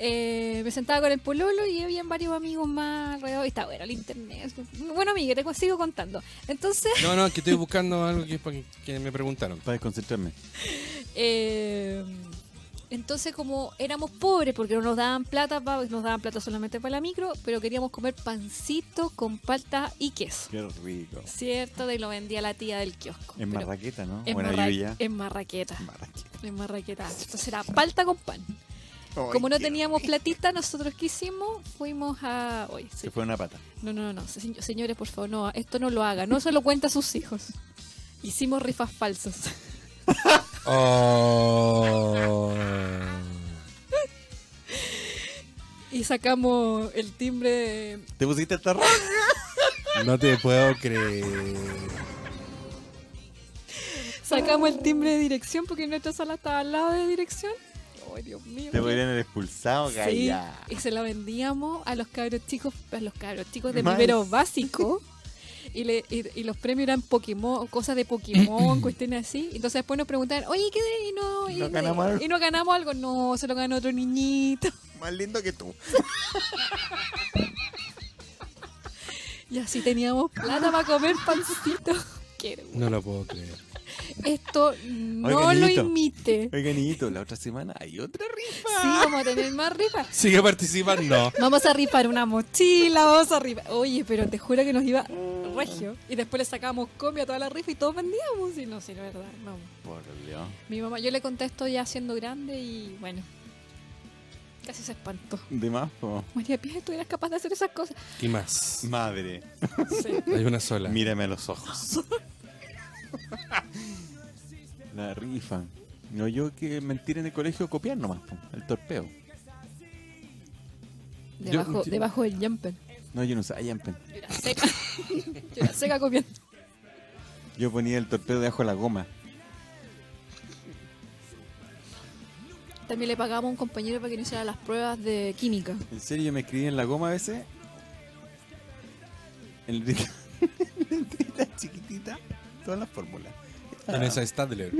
Eh, me sentaba con el pololo y había varios amigos más alrededor. Y estaba bueno el internet. Bueno, amiga, te sigo contando. Entonces, No, no, es que estoy buscando algo que es para que, que me preguntaron. Para desconcentrarme. Eh, entonces, como éramos pobres porque no nos daban plata, pa- nos daban plata solamente para la micro, pero queríamos comer pancito con palta y queso. Qué rico. ¿Cierto? Y lo vendía la tía del kiosco. En pero- Marraqueta, ¿no? en bueno, Marra- yo ya. en marraqueta. Marraqueta. En [LAUGHS] marraqueta. Entonces era palta con pan. Como no teníamos platita, nosotros que hicimos, fuimos a. Oye, Se sí. fue una pata. No, no, no, no. Se- Señores, por favor, no, esto no lo haga. No se lo cuenta a sus hijos. Hicimos rifas falsas. [LAUGHS] Oh. Y sacamos el timbre de, ¿Te pusiste [LAUGHS] hasta rojo? No te puedo creer. Sacamos el timbre de dirección porque nuestra sala estaba al lado de dirección. Ay, Dios mío. Te podrían haber expulsado, Sí, calla. y se lo vendíamos a los cabros chicos, a los cabros chicos de Más. primero básico. Y, le, y, y los premios eran Pokémon, cosas de [CLEARS THROAT] Pokémon, cuestiones así. Entonces después nos preguntaban, oye, ¿qué? de- Y no, y, ¿No ganamos algo? y no ganamos algo. No, se lo ganó otro niñito. Más lindo que tú. Y así teníamos plata para comer pancito. [LAUGHS] Qué hermoso. No lo puedo creer. Esto no lo niñito. [LAUGHS] imite. Oiga, niñito, la otra semana hay otra rifa. Sí, vamos a tener más rifas. Sigue participando. Vamos a rifar una mochila, vamos a rifar. Oye, pero te juro que nos iba regio. Y después le sacábamos comia a toda la rifa y todos vendíamos. Y no, sí, la verdad, no. Por Dios. Mi mamá, yo le contesto ya siendo grande y bueno. Casi se espantó. De más, po. María Pía, tú eras capaz de hacer esas cosas. ¿Qué más? Madre, Sí. Hay una sola. mírame a los ojos. [LAUGHS] la rifa. No, yo que mentir en el colegio copiar nomás, po. El torpeo. Debajo, Yo- debajo del jumper. No, yo no sabía, Yampen. Yo era seca. yo era seca comiendo. Yo ponía el torpeo debajo de la goma. También le pagábamos a un compañero para que no hiciera las pruebas de química. En serio, yo me escribía en la goma a veces. En [LAUGHS] letrita, en letrita chiquitita. Todas las fórmulas. En esa Stadler.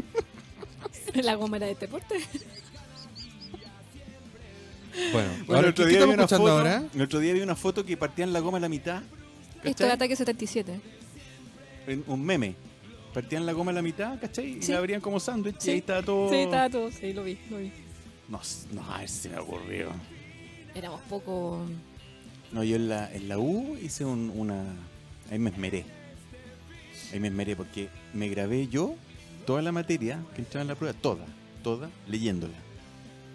La goma era de este porte. Bueno, Bueno, ahora, el otro ¿qué día vi estamos una escuchando foto. ahora? El otro día vi una foto que partían la goma a la mitad. Esto ¿cachai? de ataque 77. En un meme. Partían la goma a la mitad, ¿cachai? Y Sí. la abrían como sándwich Sí. y ahí estaba todo. Sí, estaba todo. Sí, lo vi, lo vi. No, s- no, a ver si me ocurrió. Éramos poco. No, yo en la, en la U hice un- una. Ahí me esmeré. Ahí me esmeré porque me grabé yo toda la materia que entraba en la prueba, toda, toda, leyéndola.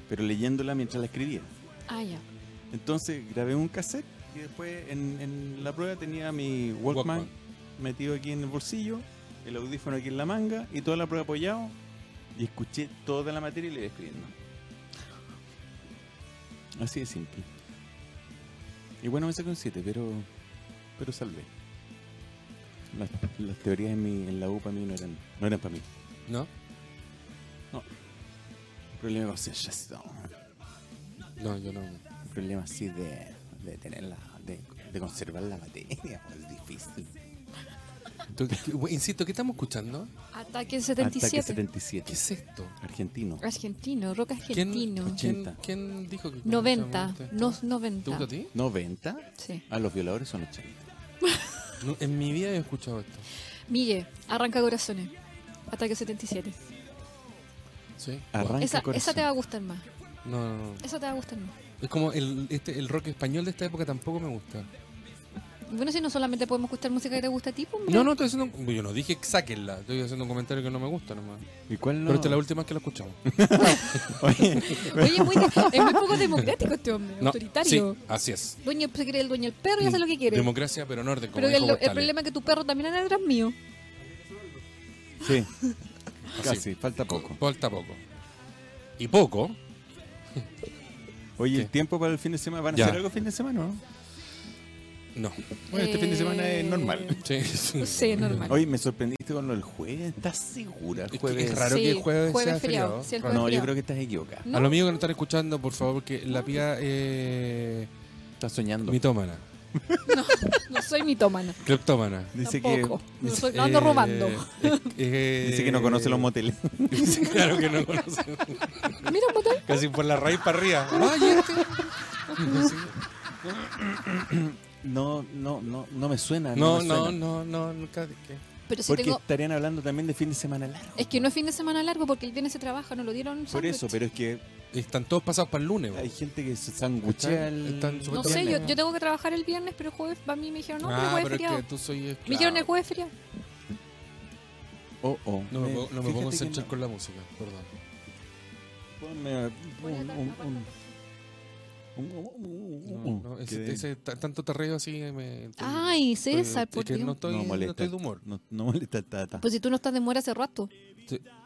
Pero leyéndola mientras la escribía. Ah, ya. Entonces grabé un cassette y después en, en la prueba tenía mi Walkman, Walkman. metido aquí en el bolsillo, el audífono aquí en la manga y toda la prueba apoyado. Y escuché toda la materia y le iba escribiendo. Así de simple. Y bueno, me sacó un 7, pero, pero salvé. Las, las teorías en, mi, en la U para mí no eran, no eran para mí. ¿No? Problema de concentración. No, yo no. Un problema así de, de tenerla, de, de conservar la materia, [LAUGHS] po, es difícil. Tú- tú- Insisto, ¿qué estamos escuchando? Ataque Ataque 77. 77. ¿Qué es esto? Argentino. Argentino, rock ¿Quién, argentino. ¿quién, 80. quién dijo que 90, escuchamos no esto? ¿Te 90. gusta a ti? 90. Sí. Ah, A los violadores son 80. No, en mi vida he escuchado esto. Mille, arranca corazones. Ataque 77. ¿Sí? Arranca Esa, corazón. esa te va a gustar más. Wow. No, no, no. Esa te va a gustar más. Es como el, este, el rock español de esta época tampoco me gusta. Bueno, si no solamente podemos escuchar música que te gusta a ti, pues, mira. No, no, estoy haciendo. Yo no dije que sáquenla. Estoy haciendo un comentario que no me gusta nomás. ¿Y cuál no? Pero esta es la última vez que la escuchamos. Oye, Oye, es muy, es muy poco democrático este hombre, No, [LAUGHS] autoritario. Sí, así es. Dueño, se cree el dueño del perro y hace lo que quiere. Democracia, pero en orden. Como Pero el, dijo el Portales. problema es que tu perro también anda detrás mío. sí, Así. casi, falta poco. Falta poco. Y poco. Oye, ¿Qué? el tiempo para el fin de semana. ¿Van a Ya. hacer algo el fin de semana o no? No. Bueno, este fin de semana es normal. Sí, es Eh, [LAUGHS] Sí, normal. Oye, me sorprendiste con lo del jueves. ¿Estás segura? que Jueves. es raro Sí, que el jueves, jueves sea feriado. feriado. Sí, el jueves No, yo feriado. creo que estás equivocada. No. A lo mío que no están escuchando, por favor, que la pía eh, Estás soñando. mitómana. soy mitómana. Cleptómana. Dice que, Tampoco. No dice- soy- no ando Eh, robando. eh, eh, dice que no conoce [LAUGHS] los moteles. [LAUGHS] Sí, claro que no conoce. Mira, botón. [LAUGHS] Casi por la raíz para arriba. Ay, [LAUGHS] este. No, no, no, no me suena. No, me no, suena. no, no, nunca. ¿qué? Pero si Porque tengo. estarían hablando también de fin de semana largo. Es que no es fin de semana largo porque el viernes se trabaja, no lo dieron. Por sándwich. eso, pero es que Están todos pasados para el lunes. bo. hay gente que se sanguchea Están- el- están No sé, yo, yo tengo que trabajar el viernes, pero el jueves a mí me dijeron, no, pero el ah, jueves pero feriado. es que tú soy. esclavo. Me dijeron el jueves feriado. Oh, oh. No me, puedo- no Eh, me puedo fíjate que concentrar no. con la música, perdón. Ponme un- Ponle un- acá, un- No, no, ese- Quedé- ese ta- tanto tarreo así me. Ay, estoy- César, es Ah, por que Dios. no estoy, No no molesta. estoy de humor. No, no molesta tata. Pues si tú no estás de muera hace rato.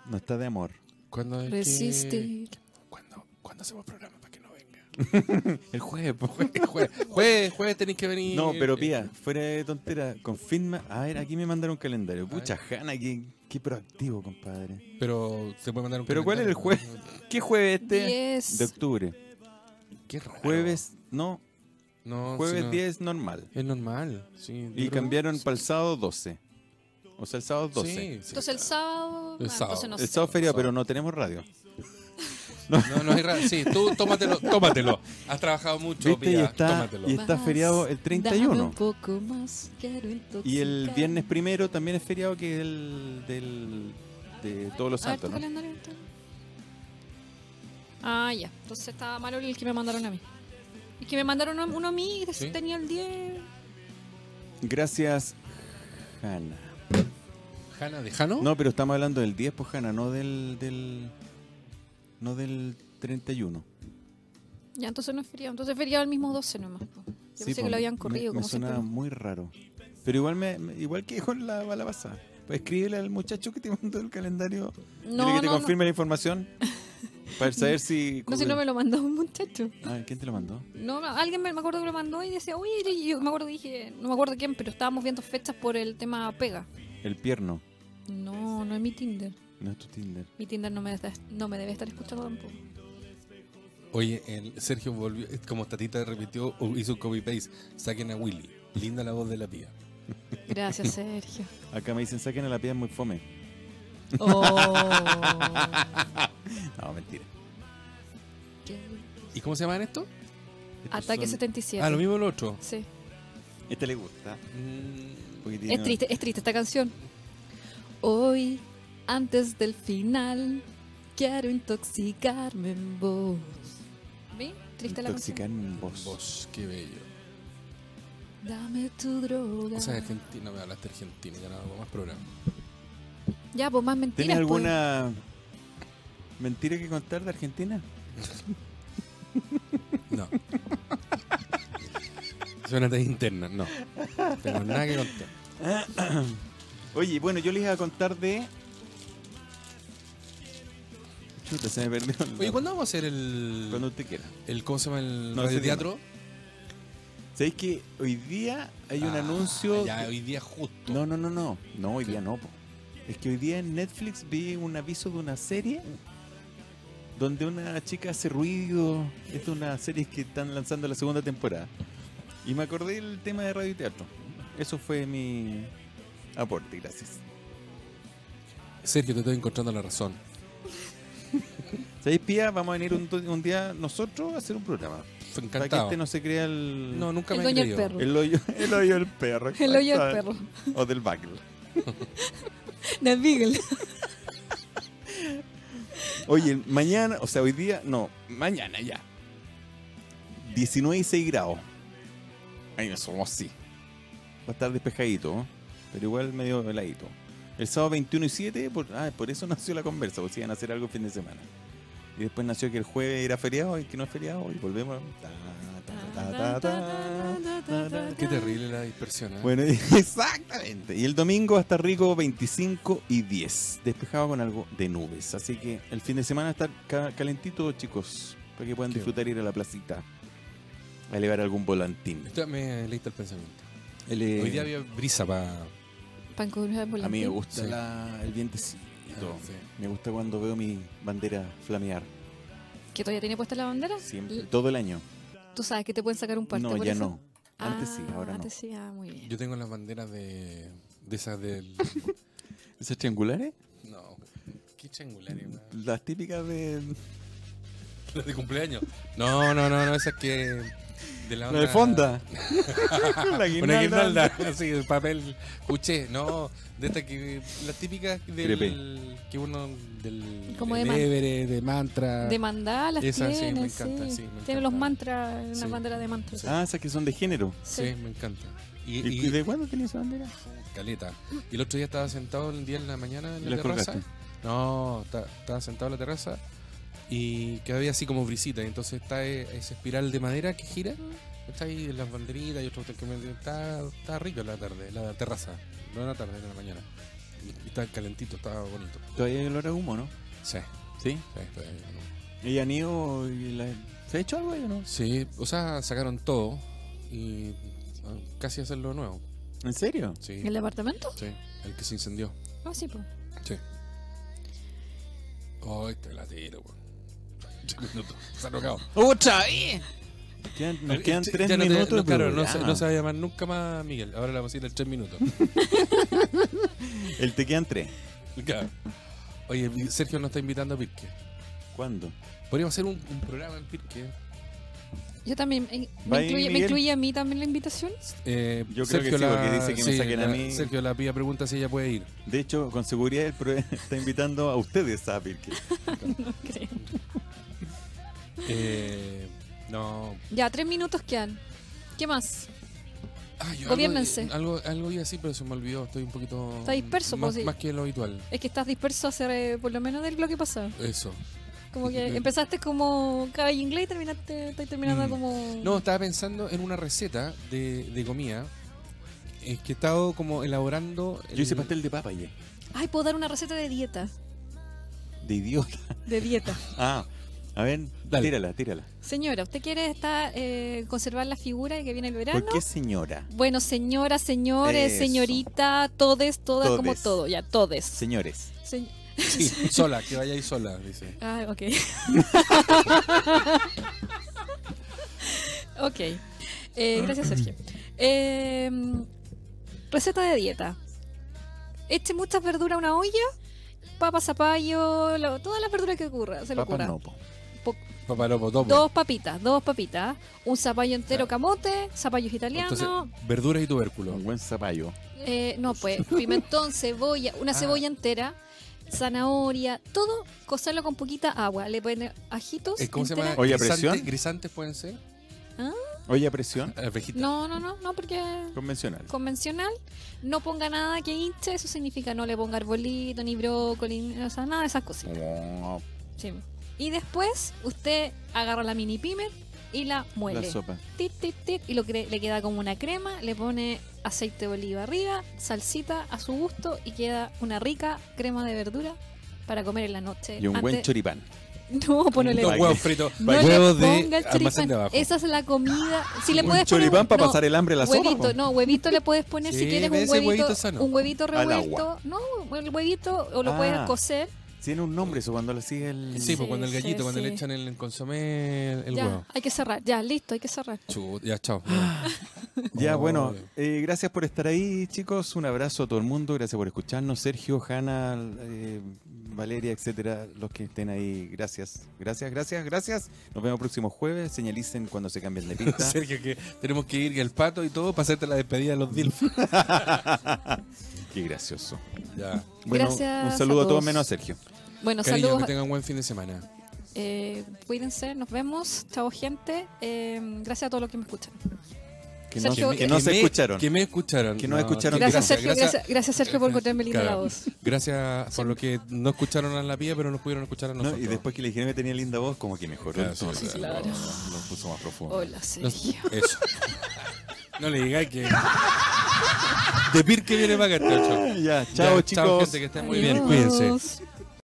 No está de amor. Cuando es que- Resiste. ¿Cuándo, cuándo hacemos programa para que no venga? El jueves, Jue- Jueves, jueves, jueves tenéis que venir. Eh, No, pero pía, fuera de tontera, confirma. A ver, aquí me mandaron un calendario. Pucha, Hanna, qué, qué proactivo, compadre. Pero se puede mandar un Pero ¿cuál es el calendario, jueves? ¿Qué jueves este? De 10. octubre. ¿no? Qué raro. Jueves, no, No, si jueves no, 10 normal. Es normal. Sí, Y pero- cambiaron para el sábado 12. O sea, el sábado Sí, 12. sí. Entonces el sábado. El ah, sábado. entonces no el sé. sábado feriado, pero no tenemos radio. No, no es raro. Sí, tú tómatelo, tómatelo. Has trabajado mucho, ¿Viste? Y pía, está, tómatelo. y está Vas, feriado el Dame 31. un poco más, quiero intoxicar. Y el viernes primero también es feriado que es el del, de todos los A ver, tu santos, ¿no? calendario, tu- Ah, ya. Entonces estaba malo el que me mandaron a mí. Y que me mandaron uno- uno a mí y des- Sí. tenía el 10. Gracias, Hanna. ¿Jana de Jano? No, pero estamos hablando del 10, pues, Hanna, no del, del, no del 31. Ya, entonces no es feriado. Entonces es feriado el mismo 12 nomás. po. Yo Sí, pensé pues, que lo habían me- corrido. Me, como siempre. suena muy raro. Pero igual me, me- igual que dijo la, la pasada. Pues escríbele al muchacho que te mandó el calendario. Dile No, que te no, no. confirme la información. Para saber si... [LAUGHS] No, si no me lo mandó un muchacho. Ah, ¿Quién te lo mandó? No, no, alguien me, me acuerdo que lo mandó y decía, oye, y yo me acuerdo que dije, no me acuerdo quién, pero estábamos viendo fechas por el tema pega. El pierno. No, no es mi Tinder. No es tu Tinder. Mi Tinder no me, está- no me debe estar escuchando tampoco. Oye, el Sergio volvió, como Tatita repitió, o hizo un copy-paste. Saquen a Willy. Linda la voz de la pía. [LAUGHS] Gracias, Sergio. Acá me dicen saquen a la piedra muy fome. Oh. No, mentira. ¿Y cómo se llaman esto? Ataque Son- 77. Ah, lo mismo el otro. Sí. Este le gusta. Mm, porque tiene- Es triste, es triste esta canción. Hoy, antes del final, quiero intoxicarme en vos. ¿Ve? Triste la canción. pues. Intoxicarme en voz. Vos, qué bello. Dame tu droga. O sea, Argentina, me hablaste argentino, ya no hago más programa. Ya, pues más mentiras. ¿Tienes pues. alguna mentira que contar de Argentina? No. Suena de interna, no. Tengo nada que contar. Oye, bueno, yo les iba a contar de. Chuta, se me perdió. el Oye, dato. ¿cuándo vamos a hacer el. Cuando usted quiera. el ¿Cómo se llama el No, ese radioteatro? ¿Sabéis que hoy día hay un Ah, anuncio? Ya, hoy día justo. No, no, no, no. No, hoy día no. po. Es que hoy día en Netflix vi un aviso de una serie donde una chica hace ruido. Es de una serie que están lanzando la segunda temporada. Y me acordé del tema de radio y teatro. Eso fue mi aporte, gracias. Sergio, te estoy encontrando la razón. ¿Sabéis, Pía? Vamos a venir un, to- un día nosotros a hacer un programa. Fue Para que encantado. este no se crea el. No, nunca El me dueño del creyó. perro. El hoyo, [LAUGHS] el hoyo del perro. [LAUGHS] El hoyo del exacto. perro. O del bagel. De Beagle. Oye, mañana, o sea, hoy día, no, mañana ya. 19 y 6 grados. Ahí somos así. Va a estar despejadito, ¿eh? pero igual medio heladito. El sábado 21 y 7, por, ah, por eso nació la conversa, porque si iban a hacer algo el fin de semana. Y después nació que el jueves era feriado y que no es feriado y volvemos. a- Ta, ta, ta, ta, ta. Qué terrible la dispersión. ¿eh? Bueno, [LAUGHS] exactamente. Y el domingo va a estar rico 25 y 10. Despejado con algo de nubes. Así que el fin de semana está ca- calentito, chicos. Para que puedan Qué disfrutar ir a la placita. A elevar algún volantín. Esto me leíste el pensamiento. El, eh, Hoy día había brisa para. Pan con una a mí me volantín. gusta Sí. la- el vientecito. Me gusta cuando veo mi bandera flamear. ¿Que todavía tiene puesta la bandera? Siempre, todo el año. ¿Tú sabes que te pueden sacar un parte no, por ya eso? no. Antes sí, Ah, ahora no. Antes sí, ah, muy bien. Yo tengo las banderas de. de esas del. ¿Esas triangulares? No. Qué changulares, weón. Las típicas de. Las de cumpleaños. No, no, no, no, esas que. De la onda- La [LAUGHS] de fonda. [LAUGHS] la Ah, Una guirnalda, [LAUGHS] así, de papel, cuché, no, de estas que, las típicas del, que uno, del, Como del de man- Everest, de mantra, De mandá las Esa sí, me tiene, encanta, sí, me Tiene encanta. los mantras, una Sí. bandera de mantras. Ah, esas que son de género. sí, me encanta, y, ¿Y, y- y de cuándo tenía esa bandera? caleta, y el otro día estaba sentado el día en la mañana en Y la las terraza, colgaste. no, ta- estaba sentado en la terraza y que había así como brisita, y entonces está e- esa espiral de madera que gira, está ahí las banderitas y otro hotel que me está, está rico la tarde, la terraza, no en la tarde, en la mañana, y, y está calentito, estaba bonito. Todavía hay olor a humo, ¿no? Sí, Sí. sí, todavía no. ¿Y Anío y la... se ha hecho algo ahí o no? Sí, o sea, sacaron todo y ah, casi hacerlo de nuevo. ¿En serio? Sí, ¿El departamento? sí, el que se incendió. Ah, sí, pues. Sí. Oh, este la tiro, weón. [LAUGHS] Tres minutos, Se ha tocado. Quedan- nos quedan Ya tres no te- minutos. no, de claro, no se, programa. no se va a llamar nunca más Miguel. Ahora la vamos a ir en tres [LAUGHS] minutos. El te quedan tres. Claro. Oye, Sergio nos está invitando a Pirque. ¿Cuándo? Podríamos hacer un, un programa en Pirque. Yo también. eh, ¿Me Va ahí, incluye, me Miguel. incluye a mí también la invitación? [LAUGHS] Eh, Yo creo que sí, porque dice que me saquen a la- mí. Sergio, la pía pregunta si ella puede ir. De hecho, con seguridad el pro- [LAUGHS] está invitando a ustedes a Pirque. No creo. Eh, no, Ya, tres minutos quedan. ¿Qué más? Ay, yo Gobiérnense. Algo, algo, algo iba así, pero se me olvidó. Estoy un poquito. Está disperso, más, pues, sí. más que lo habitual. Es que estás disperso hace eh, por lo menos del bloque pasado. Eso. Como Mm. que empezaste como caballo inglés y terminaste, estoy terminando Mm. como. No, estaba pensando en una receta de, de comida. Es que he estado como elaborando. el- Yo hice pastel de papa ayer. Ay, puedo dar una receta de dieta. De idiota. De dieta. Ah, a ver, Dale. tírala, tírala. Señora, ¿usted quiere estar, eh, conservar la figura y que viene el verano? ¿Por qué señora? Bueno, señora, señores, Eso. señorita, todes, todas, como Todes. todo, ya, todes. Señores. Se- [LAUGHS] Sí, sola, que vayáis sola, dice. Ah, ok. ok. Eh, gracias, Sergio. Eh, receta de dieta. Eche muchas verduras a una olla, papa, zapallo, lo- todas las verduras que ocurra, se le Papa ocurra. no, po. Papalopo, topo. Dos papitas, dos papitas, un zapallo entero camote, zapallos italianos, Entonces, verduras y tubérculo. Un buen zapallo. eh, no pues, pimentón, cebolla, una Ah. cebolla entera, zanahoria, todo, cocerlo con poquita agua, le ponen ajitos. Eh, ¿Cómo se llama? enteras. Oye, Grisante- ¿presión? Grisantes pueden ser. eh, Oye, a presión. Abejitas. No, no, no, no, porque Convencional. convencional, no ponga nada que hinche, eso significa no le ponga arbolito, ni brócoli, ni- o sea, nada de esas cositas. Oh, Sí. Y después usted agarra la mini pimer y la la muele. sopa. Tit, tit, tit, y lo cre- le queda como una crema, le pone aceite de oliva arriba, salsita a su gusto y queda una rica crema de verdura para comer en la noche. Y un buen Eh, antes- choripán. [LAUGHS] No, ponele Dos Baile. huevos fritos. no le huevos ponga de el almacén choripán. de abajo. Esa es la comida. Si le un puedes poner choripán para no, pasar el hambre a la huevito, sopa. po. no, huevito le puedes poner Sí, si quieres ese un huevito huevito, sano. un huevito Al revuelto. No, el huevito o lo Ah. puedes cocer. Tiene un nombre eso cuando le sigue el. Sí, pues Sí, cuando el gallito, sí, cuando le sí. echan el consomé, el, el ya, Ah. huevo. hay que cerrar. Ya, listo, hay que cerrar. Chu, ya, chao. Ya, Oh. bueno, eh, gracias por estar ahí, chicos. Un abrazo a todo el mundo. Gracias por escucharnos. Sergio, Hanna, eh, Valeria, etcétera, los que estén ahí. Gracias, gracias, gracias, gracias. Nos vemos próximo jueves. Señalicen cuando se cambien de pista. [LAUGHS] Sergio, que tenemos que ir y el pato y todo para hacerte la despedida de los [LAUGHS] DILF. Qué gracioso. Ya. Bueno, Gracias un saludo a a todos todos. menos a Sergio. Bueno, Cariño, saludos. que tengan buen fin de semana. Eh, cuídense, nos vemos. Chao, gente. Eh, gracias a todos los que me escuchan. Que no, Sergio, que no se me- escucharon. Que me escucharon. Que no escucharon. Gracias, Gracias, Sergio. Gracias, gracias, Sergio, por contarme linda Claro. la voz. Gracias por lo que no escucharon a la pía, pero nos pudieron escuchar a No, nosotros. y después que le dijeron que tenía linda voz, como que mejoró. Claro, el tono. sí, sí, claro. Lo puso más profundo. Hola, No- Sergio. eso. no le digáis que. De Pir que viene para acá, chao, chao. Ya, chao, Ya, chicos. Chao, gente, que estén muy bien. Adiós. Cuídense.